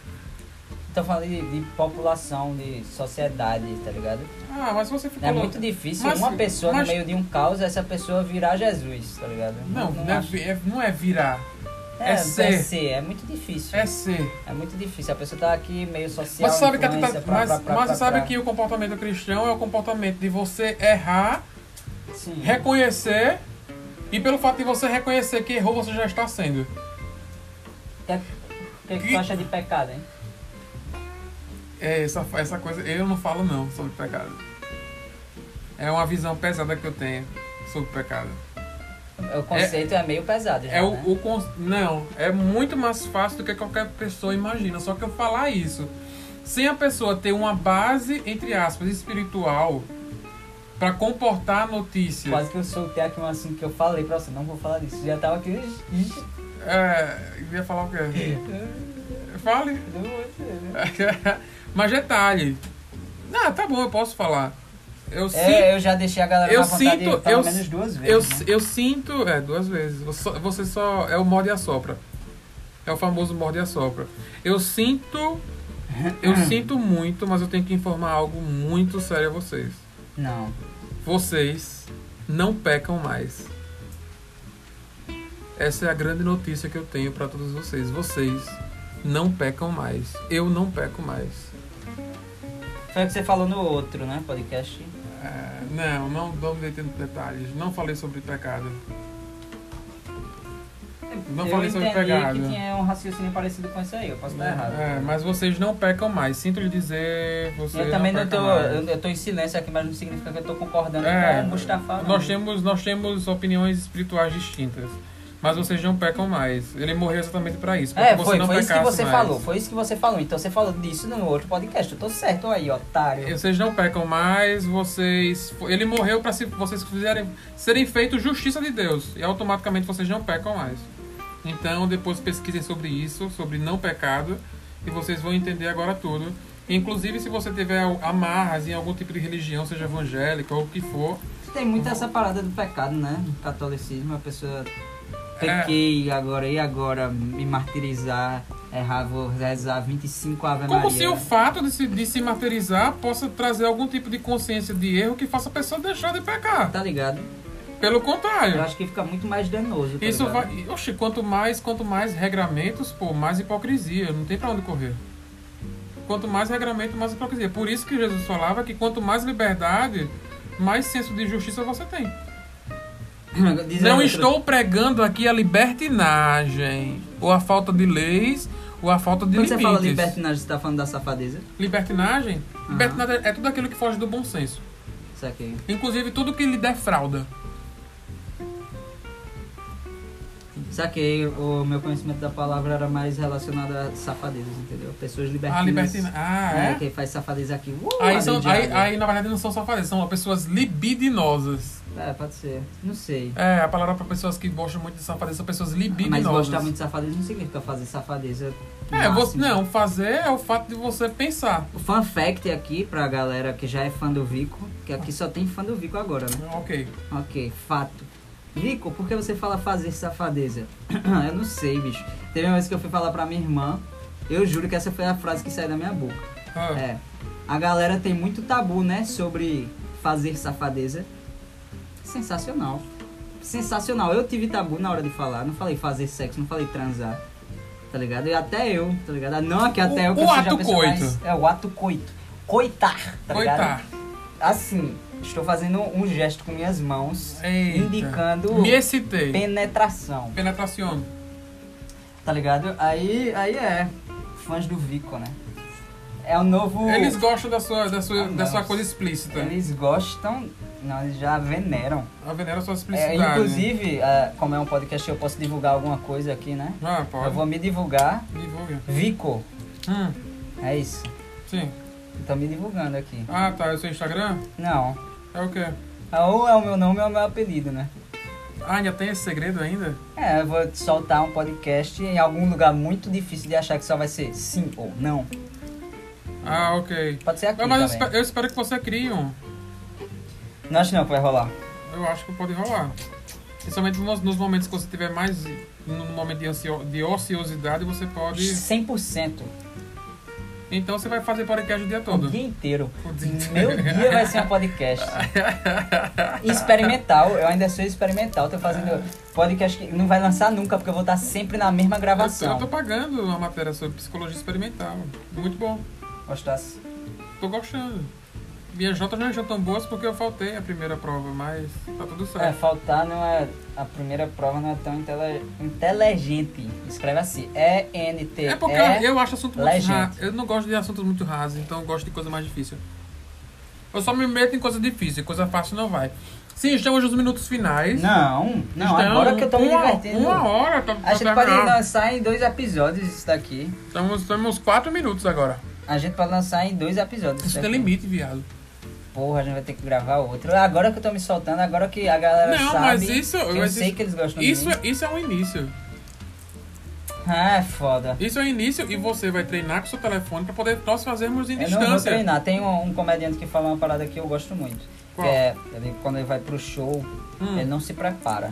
[SPEAKER 2] Tô falando de, de população, de sociedade, tá ligado?
[SPEAKER 1] Ah, mas você ficou.
[SPEAKER 2] É muito difícil
[SPEAKER 1] Mas-
[SPEAKER 2] uma pessoa
[SPEAKER 1] mas-
[SPEAKER 2] no meio de um caos, essa pessoa virar Jesus, tá ligado?
[SPEAKER 1] Não, não, é,
[SPEAKER 2] acho-
[SPEAKER 1] vi- é- não é virar. é
[SPEAKER 2] é, é
[SPEAKER 1] ser.
[SPEAKER 2] ser, é muito difícil.
[SPEAKER 1] É ser.
[SPEAKER 2] É muito difícil. A pessoa tá aqui meio social.
[SPEAKER 1] Mas você sabe, que, a tenta-
[SPEAKER 2] influencer, pra-
[SPEAKER 1] mas,
[SPEAKER 2] pra- pra-
[SPEAKER 1] mas você
[SPEAKER 2] pra-
[SPEAKER 1] sabe
[SPEAKER 2] pra.
[SPEAKER 1] que o comportamento cristão é o comportamento de você errar,
[SPEAKER 2] Sim.
[SPEAKER 1] reconhecer, e pelo fato de você reconhecer que errou, você já está sendo.
[SPEAKER 2] O que, é que, que tu acha de pecado, hein?
[SPEAKER 1] É, essa, essa coisa, eu não falo não sobre pecado. É uma visão pesada que eu tenho sobre pecado.
[SPEAKER 2] O conceito é, meio pesado. Já,
[SPEAKER 1] É o,
[SPEAKER 2] né?
[SPEAKER 1] o con- não, é muito mais fácil do que qualquer pessoa imagina. Só que eu falar isso sem a pessoa ter uma base entre aspas espiritual Pra comportar notícias.
[SPEAKER 2] Quase que eu soltei aqui um assunto que eu falei pra você, não vou falar disso. Já tava aqui.
[SPEAKER 1] É, eu ia falar o quê?
[SPEAKER 2] É.
[SPEAKER 1] Fale. <laughs> Mas detalhe. Ah, tá bom, eu posso falar. Eu sinto.
[SPEAKER 2] É, eu já deixei a galera
[SPEAKER 1] Eu
[SPEAKER 2] na vontade
[SPEAKER 1] sinto-
[SPEAKER 2] de pelo
[SPEAKER 1] eu
[SPEAKER 2] menos
[SPEAKER 1] si-
[SPEAKER 2] duas
[SPEAKER 1] Eu,
[SPEAKER 2] vezes. né?
[SPEAKER 1] eu sinto. É, duas vezes. Você só- Você só. É o morde e assopra. É o famoso morde e assopra. Eu sinto. Eu sinto muito, mas eu tenho que informar algo muito sério a vocês.
[SPEAKER 2] Não.
[SPEAKER 1] Vocês não pecam mais. Essa é a grande notícia que eu tenho para todos vocês. Vocês não pecam mais. Eu não peco mais.
[SPEAKER 2] Foi o que você falou no outro, né? Podcast.
[SPEAKER 1] É, não, não dou me detendo em detalhes. Não falei sobre pecado. Não
[SPEAKER 2] eu
[SPEAKER 1] falei sobre
[SPEAKER 2] entendi
[SPEAKER 1] pegada.
[SPEAKER 2] que tinha um raciocínio parecido com isso aí, eu posso estar tá errado.
[SPEAKER 1] É, mas vocês não pecam mais. Sinto lhe dizer, vocês
[SPEAKER 2] Eu também não
[SPEAKER 1] pecam
[SPEAKER 2] tô.
[SPEAKER 1] mais.
[SPEAKER 2] Eu, eu tô em silêncio aqui, mas não significa que eu tô concordando
[SPEAKER 1] É,
[SPEAKER 2] com o Mustafa. não.
[SPEAKER 1] Nós temos, nós temos opiniões espirituais distintas. Mas vocês não pecam mais. Ele morreu exatamente para isso. pra
[SPEAKER 2] É,
[SPEAKER 1] que você
[SPEAKER 2] foi,
[SPEAKER 1] não
[SPEAKER 2] foi isso que
[SPEAKER 1] pecasse
[SPEAKER 2] você
[SPEAKER 1] mais.
[SPEAKER 2] falou, foi isso que você falou. Então você falou disso no outro podcast. Eu tô certo aí, otário.
[SPEAKER 1] Vocês não pecam mais, vocês. Ele morreu para se vocês fizerem serem feitos justiça de Deus. E automaticamente vocês não pecam mais. Então depois pesquisem sobre isso, sobre não pecado, e vocês vão entender agora tudo. Inclusive se você tiver amarras em algum tipo de religião, seja evangélica ou o que for,
[SPEAKER 2] Tem muito essa parada do pecado, né? No catolicismo, a pessoa
[SPEAKER 1] É.
[SPEAKER 2] pequei agora e agora me martirizar, errar, vou rezar 25 Ave
[SPEAKER 1] como
[SPEAKER 2] Maria.
[SPEAKER 1] se o fato de se, de se martirizar possa trazer algum tipo de consciência de erro que faça a pessoa deixar de pecar.
[SPEAKER 2] Tá ligado?
[SPEAKER 1] Pelo contrário.
[SPEAKER 2] Eu acho que fica muito mais danoso. tá
[SPEAKER 1] Isso
[SPEAKER 2] ligado?
[SPEAKER 1] vai. Oxe, quanto mais, quanto mais regramentos, pô, mais hipocrisia. Não tem pra onde correr. Quanto mais regramento, mais hipocrisia. Por isso que Jesus falava que quanto mais liberdade, mais senso de justiça você tem.
[SPEAKER 2] Diz aí
[SPEAKER 1] Não
[SPEAKER 2] outro.
[SPEAKER 1] estou pregando aqui a libertinagem, ou a falta de leis, ou a falta de
[SPEAKER 2] Quando você
[SPEAKER 1] limites.
[SPEAKER 2] fala Ah. libertinagem, você tá falando da safadeza?
[SPEAKER 1] Libertinagem? Libertinagem é tudo aquilo que foge do bom senso.
[SPEAKER 2] Isso aqui.
[SPEAKER 1] Inclusive tudo que lhe defrauda.
[SPEAKER 2] Saquei, o meu conhecimento da palavra era mais relacionado a safadezas, entendeu? Pessoas libertinas.
[SPEAKER 1] Ah, libertinagem. Ah,
[SPEAKER 2] É,
[SPEAKER 1] é?
[SPEAKER 2] quem faz safadeza aqui. Uh,
[SPEAKER 1] Aí, são, aí,
[SPEAKER 2] aleijado.
[SPEAKER 1] aí, na verdade, não são só fazer, são pessoas libidinosas.
[SPEAKER 2] É, pode ser. Não sei.
[SPEAKER 1] É, a palavra para pessoas que gostam muito de safadeza são pessoas libidinosas.
[SPEAKER 2] Ah, Mas gostar muito de safadeza não significa fazer safadeza.
[SPEAKER 1] É, você,
[SPEAKER 2] máximo.
[SPEAKER 1] não, fazer é o fato de você pensar.
[SPEAKER 2] O fun fact aqui pra galera que já é fã do Vico, que aqui só tem fã do Vico agora, né?
[SPEAKER 1] Ok.
[SPEAKER 2] Ok, fato. Vico, por que você fala fazer safadeza? <clears throat> eu não sei, bicho. Teve uma vez que eu fui falar pra minha irmã, eu juro que essa foi a frase que saiu da minha boca.
[SPEAKER 1] Ah,
[SPEAKER 2] É. A galera tem muito tabu, né? Sobre fazer safadeza. Sensacional. Sensacional. Eu tive tabu na hora de falar. Não falei fazer sexo, não falei transar. Tá ligado? E até eu, tá ligado? Não aqui até
[SPEAKER 1] O-
[SPEAKER 2] eu que
[SPEAKER 1] o
[SPEAKER 2] eu sou já
[SPEAKER 1] ato
[SPEAKER 2] pessoa
[SPEAKER 1] coito.
[SPEAKER 2] mais- É o ato coito. Coitar, tá ligado?
[SPEAKER 1] coitar.
[SPEAKER 2] Assim, estou fazendo um gesto com minhas mãos
[SPEAKER 1] tá. Eita.
[SPEAKER 2] indicando
[SPEAKER 1] Me excitei.
[SPEAKER 2] penetração.
[SPEAKER 1] Penetraciono.
[SPEAKER 2] Tá ligado? Aí, aí é. Fãs do Vico, né? É o novo.
[SPEAKER 1] Eles gostam da sua, da sua,
[SPEAKER 2] Ah,
[SPEAKER 1] da sua
[SPEAKER 2] não.
[SPEAKER 1] coisa explícita.
[SPEAKER 2] Eles gostam, não, eles já veneram.
[SPEAKER 1] A venera sua
[SPEAKER 2] É,
[SPEAKER 1] explicidade.
[SPEAKER 2] inclusive,
[SPEAKER 1] né?
[SPEAKER 2] é, como é um podcast, eu posso divulgar alguma coisa aqui, né?
[SPEAKER 1] Ah,
[SPEAKER 2] Eu
[SPEAKER 1] pode.
[SPEAKER 2] vou me divulgar.
[SPEAKER 1] Divulga.
[SPEAKER 2] Vico,
[SPEAKER 1] Hum,
[SPEAKER 2] é isso.
[SPEAKER 1] sim.
[SPEAKER 2] Eu tô me divulgando aqui.
[SPEAKER 1] Ah, tá. É o seu Instagram?
[SPEAKER 2] Não.
[SPEAKER 1] É o quê?
[SPEAKER 2] Ou é o meu nome ou é o meu apelido, né?
[SPEAKER 1] Ah, ainda tem esse segredo ainda?
[SPEAKER 2] É, eu vou soltar um podcast em algum lugar muito difícil de achar que só vai ser sim ou não.
[SPEAKER 1] Ah, ok.
[SPEAKER 2] Pode ser aqui
[SPEAKER 1] Mas eu,
[SPEAKER 2] também.
[SPEAKER 1] espero, eu espero que você crie um.
[SPEAKER 2] Não acho não que vai rolar.
[SPEAKER 1] Eu acho que pode rolar. Principalmente nos, nos momentos que você tiver mais. num momento de, ansio- de ociosidade, você pode.
[SPEAKER 2] 100%.
[SPEAKER 1] Então você vai fazer podcast o dia
[SPEAKER 2] O
[SPEAKER 1] todo.
[SPEAKER 2] dia inteiro.
[SPEAKER 1] O dia
[SPEAKER 2] Meu dia vai ser um podcast. Experimental, eu ainda sou experimental, tô fazendo podcast que não vai lançar nunca, porque eu vou estar sempre na
[SPEAKER 1] Eu,
[SPEAKER 2] mesma
[SPEAKER 1] eu tô
[SPEAKER 2] gravação.
[SPEAKER 1] pagando uma matéria sobre psicologia experimental. Muito bom.
[SPEAKER 2] Gostasse?
[SPEAKER 1] Tô gostando. Minhas notas não são tão boas porque eu faltei a primeira prova, mas tá tudo
[SPEAKER 2] É,
[SPEAKER 1] certo.
[SPEAKER 2] faltar não é. A primeira prova não é tão intele- inteligente. Escreve assim. E-N-T.
[SPEAKER 1] É, porque
[SPEAKER 2] e
[SPEAKER 1] eu acho assunto muito
[SPEAKER 2] legend.
[SPEAKER 1] raso. Eu não gosto de assuntos muito rasos, então eu gosto de coisa mais difícil. Eu só me meto em coisa difícil, coisa fácil não vai. Sim, estamos nos minutos finais.
[SPEAKER 2] Não, não, agora que eu tô me
[SPEAKER 1] Então, uma-
[SPEAKER 2] divertindo.
[SPEAKER 1] Uma hora, tá,
[SPEAKER 2] A
[SPEAKER 1] tá
[SPEAKER 2] gente pode
[SPEAKER 1] terminando.
[SPEAKER 2] lançar em dois episódios isso daqui.
[SPEAKER 1] Estamos, estamos quatro minutos agora.
[SPEAKER 2] A gente pode lançar em dois episódios.
[SPEAKER 1] Isso
[SPEAKER 2] daqui.
[SPEAKER 1] tem limite, viado.
[SPEAKER 2] porra, a gente vai ter que gravar outro. Agora que eu tô me soltando, agora que a galera
[SPEAKER 1] Não,
[SPEAKER 2] sabe.
[SPEAKER 1] mas isso-
[SPEAKER 2] que eu
[SPEAKER 1] mas
[SPEAKER 2] sei
[SPEAKER 1] isso-
[SPEAKER 2] que eles gostam de
[SPEAKER 1] Isso
[SPEAKER 2] mim.
[SPEAKER 1] é, isso é um início.
[SPEAKER 2] Ah, é foda.
[SPEAKER 1] Isso é um início e você vai treinar com seu telefone para poder nós fazermos em
[SPEAKER 2] Eu não vou
[SPEAKER 1] distância.
[SPEAKER 2] treinar. Tem um, um comediante que fala uma parada que eu gosto muito.
[SPEAKER 1] Qual?
[SPEAKER 2] Que é, ele, quando ele vai pro show,
[SPEAKER 1] Hum.
[SPEAKER 2] ele não se prepara.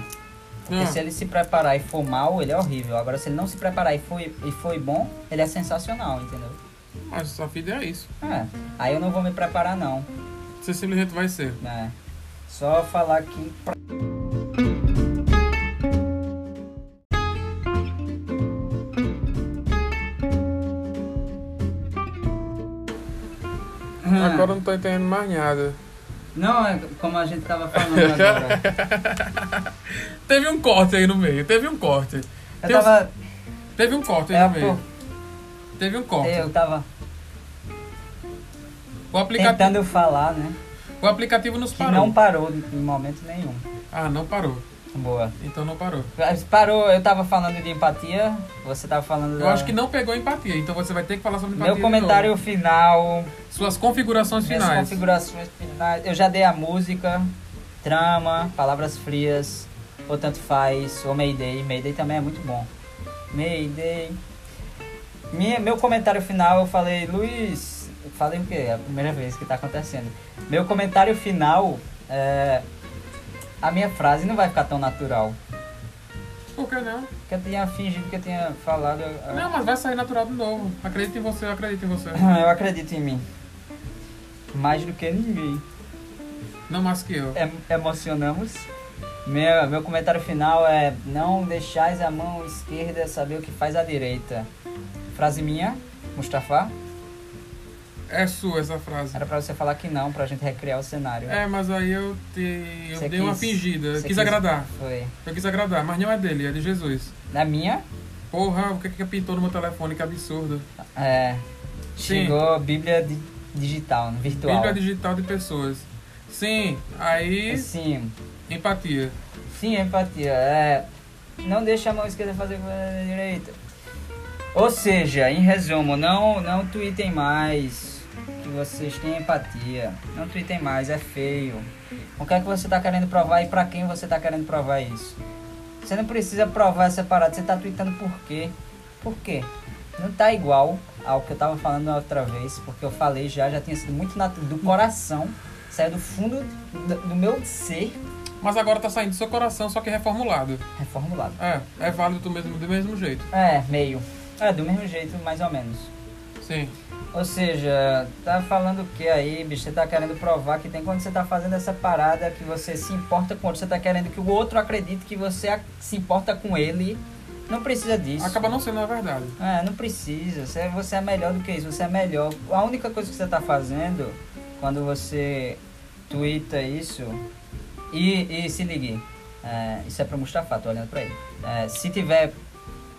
[SPEAKER 2] Porque
[SPEAKER 1] Ah.
[SPEAKER 2] se ele se preparar e for mal, ele é horrível. Agora, se ele não se preparar e foi, e foi bom, ele é sensacional, entendeu?
[SPEAKER 1] Mas a vida é isso.
[SPEAKER 2] É. Aí eu não vou me preparar, não.
[SPEAKER 1] Você simplesmente vai ser.
[SPEAKER 2] né? Só falar aqui pra... Hum.
[SPEAKER 1] Agora eu não tô entendendo mais nada.
[SPEAKER 2] Não, é como a gente tava falando agora.
[SPEAKER 1] <laughs> Teve um corte aí no meio, teve um corte.
[SPEAKER 2] Eu
[SPEAKER 1] Teve,
[SPEAKER 2] tava.
[SPEAKER 1] teve um corte aí
[SPEAKER 2] É,
[SPEAKER 1] no meio.
[SPEAKER 2] pô,
[SPEAKER 1] Teve um corte.
[SPEAKER 2] eu tava
[SPEAKER 1] O, aplicativo,
[SPEAKER 2] tentando falar, né?
[SPEAKER 1] o aplicativo nos
[SPEAKER 2] Que
[SPEAKER 1] parou.
[SPEAKER 2] não parou em momento nenhum.
[SPEAKER 1] Ah, não parou.
[SPEAKER 2] Boa.
[SPEAKER 1] Então não parou.
[SPEAKER 2] Mas Parou, eu tava falando de empatia, você tava falando
[SPEAKER 1] Eu
[SPEAKER 2] da-
[SPEAKER 1] acho que não pegou empatia, então você vai ter que falar sobre empatia.
[SPEAKER 2] Ah. Meu
[SPEAKER 1] de
[SPEAKER 2] comentário
[SPEAKER 1] novo.
[SPEAKER 2] final,
[SPEAKER 1] Suas configurações
[SPEAKER 2] minhas
[SPEAKER 1] finais.
[SPEAKER 2] configurações finais. Eu já dei a música, trama, palavras frias, ou tanto faz, ou Mayday. Mayday também é muito bom. Mayday. Minha, meu comentário final, eu falei, Luiz. eu Falei o quê? É a primeira vez que tá acontecendo. Meu comentário final é. A minha frase não vai ficar tão natural.
[SPEAKER 1] Por que não?
[SPEAKER 2] Porque eu tinha fingido que eu tinha falado. eu-
[SPEAKER 1] Não, mas vai sair natural de novo. Acredito em você, eu acredito em você.
[SPEAKER 2] <laughs> Eu acredito em mim. Mais do que ninguém.
[SPEAKER 1] Não mais que eu.
[SPEAKER 2] Em- emocionamos. Meu, meu comentário final é: Não deixais a mão esquerda saber o que faz a direita. Frase minha, Mustafa.
[SPEAKER 1] É sua essa frase.
[SPEAKER 2] Era pra você falar que não, pra gente recriar o cenário.
[SPEAKER 1] É, mas aí eu te. Eu
[SPEAKER 2] Você
[SPEAKER 1] dei uma
[SPEAKER 2] quis-
[SPEAKER 1] fingida. Eu
[SPEAKER 2] você
[SPEAKER 1] quis,
[SPEAKER 2] quis-
[SPEAKER 1] agradar.
[SPEAKER 2] Foi.
[SPEAKER 1] Eu quis agradar, mas não é dele, é de Jesus.
[SPEAKER 2] Na minha,
[SPEAKER 1] Porra, o que é que pintou no meu telefone? Que absurdo.
[SPEAKER 2] é,
[SPEAKER 1] Sim.
[SPEAKER 2] chegou Bíblia di- digital, né, virtual.
[SPEAKER 1] Bíblia é digital de pessoas. Sim, aí.
[SPEAKER 2] Sim,
[SPEAKER 1] Empatia.
[SPEAKER 2] sim, empatia. É, não deixa a mão esquerda fazer o que faz a direita. Ou seja, em resumo, não, não tweetem mais que vocês têm empatia. Não tweetem mais, é feio. O que é que você tá querendo provar e pra quem você tá querendo provar isso? Você não precisa provar essa parada, você tá tweetando por quê? Por quê? Não tá igual ao que eu tava falando na outra vez, porque eu falei já, já tinha sido muito natu- do coração, saiu do fundo do, do meu ser,
[SPEAKER 1] Mas agora tá saindo do seu coração, só que reformulado.
[SPEAKER 2] reformulado.
[SPEAKER 1] É, é válido do mesmo, do mesmo jeito.
[SPEAKER 2] É, meio. É, do mesmo jeito, mais ou menos.
[SPEAKER 1] Sim.
[SPEAKER 2] Ou seja, tá falando o que aí, bicho? Você tá querendo provar que tem quando você tá fazendo essa parada que você se importa com o outro, você tá querendo que o outro acredite que você ac- se importa com ele. Não precisa disso.
[SPEAKER 1] Acaba não sendo a verdade.
[SPEAKER 2] É, não precisa. Você, você é melhor do que isso, você é melhor. A única coisa que você tá fazendo quando você twitta isso. E, e se ligue, é, isso é pro Mustafa, tô olhando pra ele. É, se tiver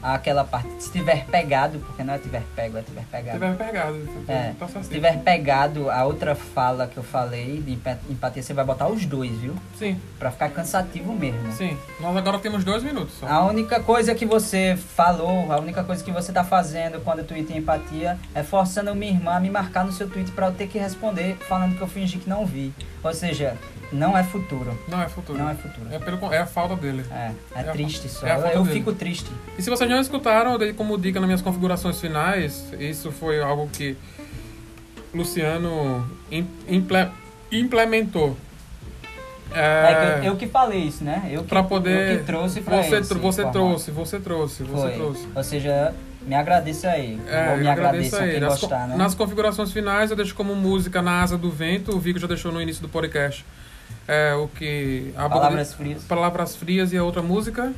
[SPEAKER 2] aquela parte, se tiver pegado, porque não é tiver pego, é tiver pegado.
[SPEAKER 1] Tiver pegado.
[SPEAKER 2] É,
[SPEAKER 1] Tá
[SPEAKER 2] se
[SPEAKER 1] certinho.
[SPEAKER 2] tiver pegado a outra fala que eu falei de empa- empatia, você vai botar os dois, viu?
[SPEAKER 1] Sim,
[SPEAKER 2] Pra ficar cansativo mesmo.
[SPEAKER 1] sim. Nós agora temos dois minutos só.
[SPEAKER 2] A única coisa que você falou, a única coisa que você tá fazendo quando tweet em empatia é forçando minha irmã a me marcar no seu tweet pra eu ter que responder falando que eu fingi que não vi. Ou seja, não é futuro.
[SPEAKER 1] Não é futuro.
[SPEAKER 2] Não é futuro.
[SPEAKER 1] É, pelo, con- é a falta dele.
[SPEAKER 2] É, é,
[SPEAKER 1] É a fa-
[SPEAKER 2] triste só.
[SPEAKER 1] é a
[SPEAKER 2] Eu-
[SPEAKER 1] falta
[SPEAKER 2] eu
[SPEAKER 1] dele.
[SPEAKER 2] fico triste.
[SPEAKER 1] E se vocês não escutaram, eu dei como dica nas minhas configurações finais. Isso foi algo que Luciano im- imple- implementou.
[SPEAKER 2] É, que
[SPEAKER 1] É,
[SPEAKER 2] eu, eu que falei isso, né? Eu que,
[SPEAKER 1] Pra poder-
[SPEAKER 2] eu que trouxe pra
[SPEAKER 1] você
[SPEAKER 2] esse
[SPEAKER 1] tro- você
[SPEAKER 2] formato.
[SPEAKER 1] trouxe, você trouxe, você
[SPEAKER 2] Foi.
[SPEAKER 1] trouxe.
[SPEAKER 2] Ou seja, me agradeça aí.
[SPEAKER 1] É,
[SPEAKER 2] Ou me
[SPEAKER 1] eu agradeço
[SPEAKER 2] agradeça
[SPEAKER 1] a
[SPEAKER 2] quem
[SPEAKER 1] ele. As co-
[SPEAKER 2] gostar, né?
[SPEAKER 1] Nas configurações finais eu deixo como música Na Asa do Vento, o Vico já deixou no início do podcast. É, o que. A boca
[SPEAKER 2] Palavras
[SPEAKER 1] de-
[SPEAKER 2] frias.
[SPEAKER 1] Palavras frias e a outra música.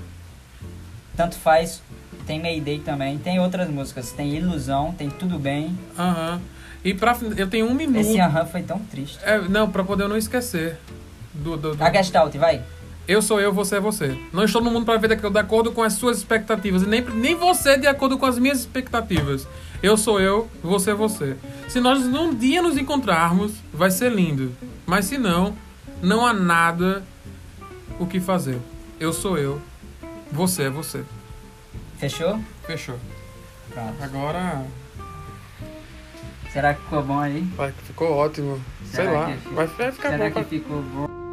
[SPEAKER 2] Tanto faz. Tem Mayday também. Tem outras músicas. Tem Ilusão. Tem Tudo Bem.
[SPEAKER 1] Aham. E pra fin- eu tenho um minuto.
[SPEAKER 2] Esse aham foi tão triste.
[SPEAKER 1] É, não, pra poder eu não esquecer. Do, do, do-
[SPEAKER 2] A Gestalt, vai.
[SPEAKER 1] Eu sou eu, você é você. Não estou no mundo para ver de de acordo com as suas expectativas. E nem, nem você é de acordo com as minhas expectativas. Eu sou eu, você é você. Se nós num dia nos encontrarmos, vai ser lindo. Mas se não, não há nada o que fazer. Eu sou eu, você é você.
[SPEAKER 2] Fechou?
[SPEAKER 1] Fechou.
[SPEAKER 2] Pronto.
[SPEAKER 1] Agora.
[SPEAKER 2] Você Será que ficou bom aí?
[SPEAKER 1] Vai, ficou ótimo. Sei
[SPEAKER 2] Será
[SPEAKER 1] lá.
[SPEAKER 2] que-
[SPEAKER 1] Vai, vai ficar
[SPEAKER 2] Será
[SPEAKER 1] bom.
[SPEAKER 2] que
[SPEAKER 1] pra-
[SPEAKER 2] ficou bom?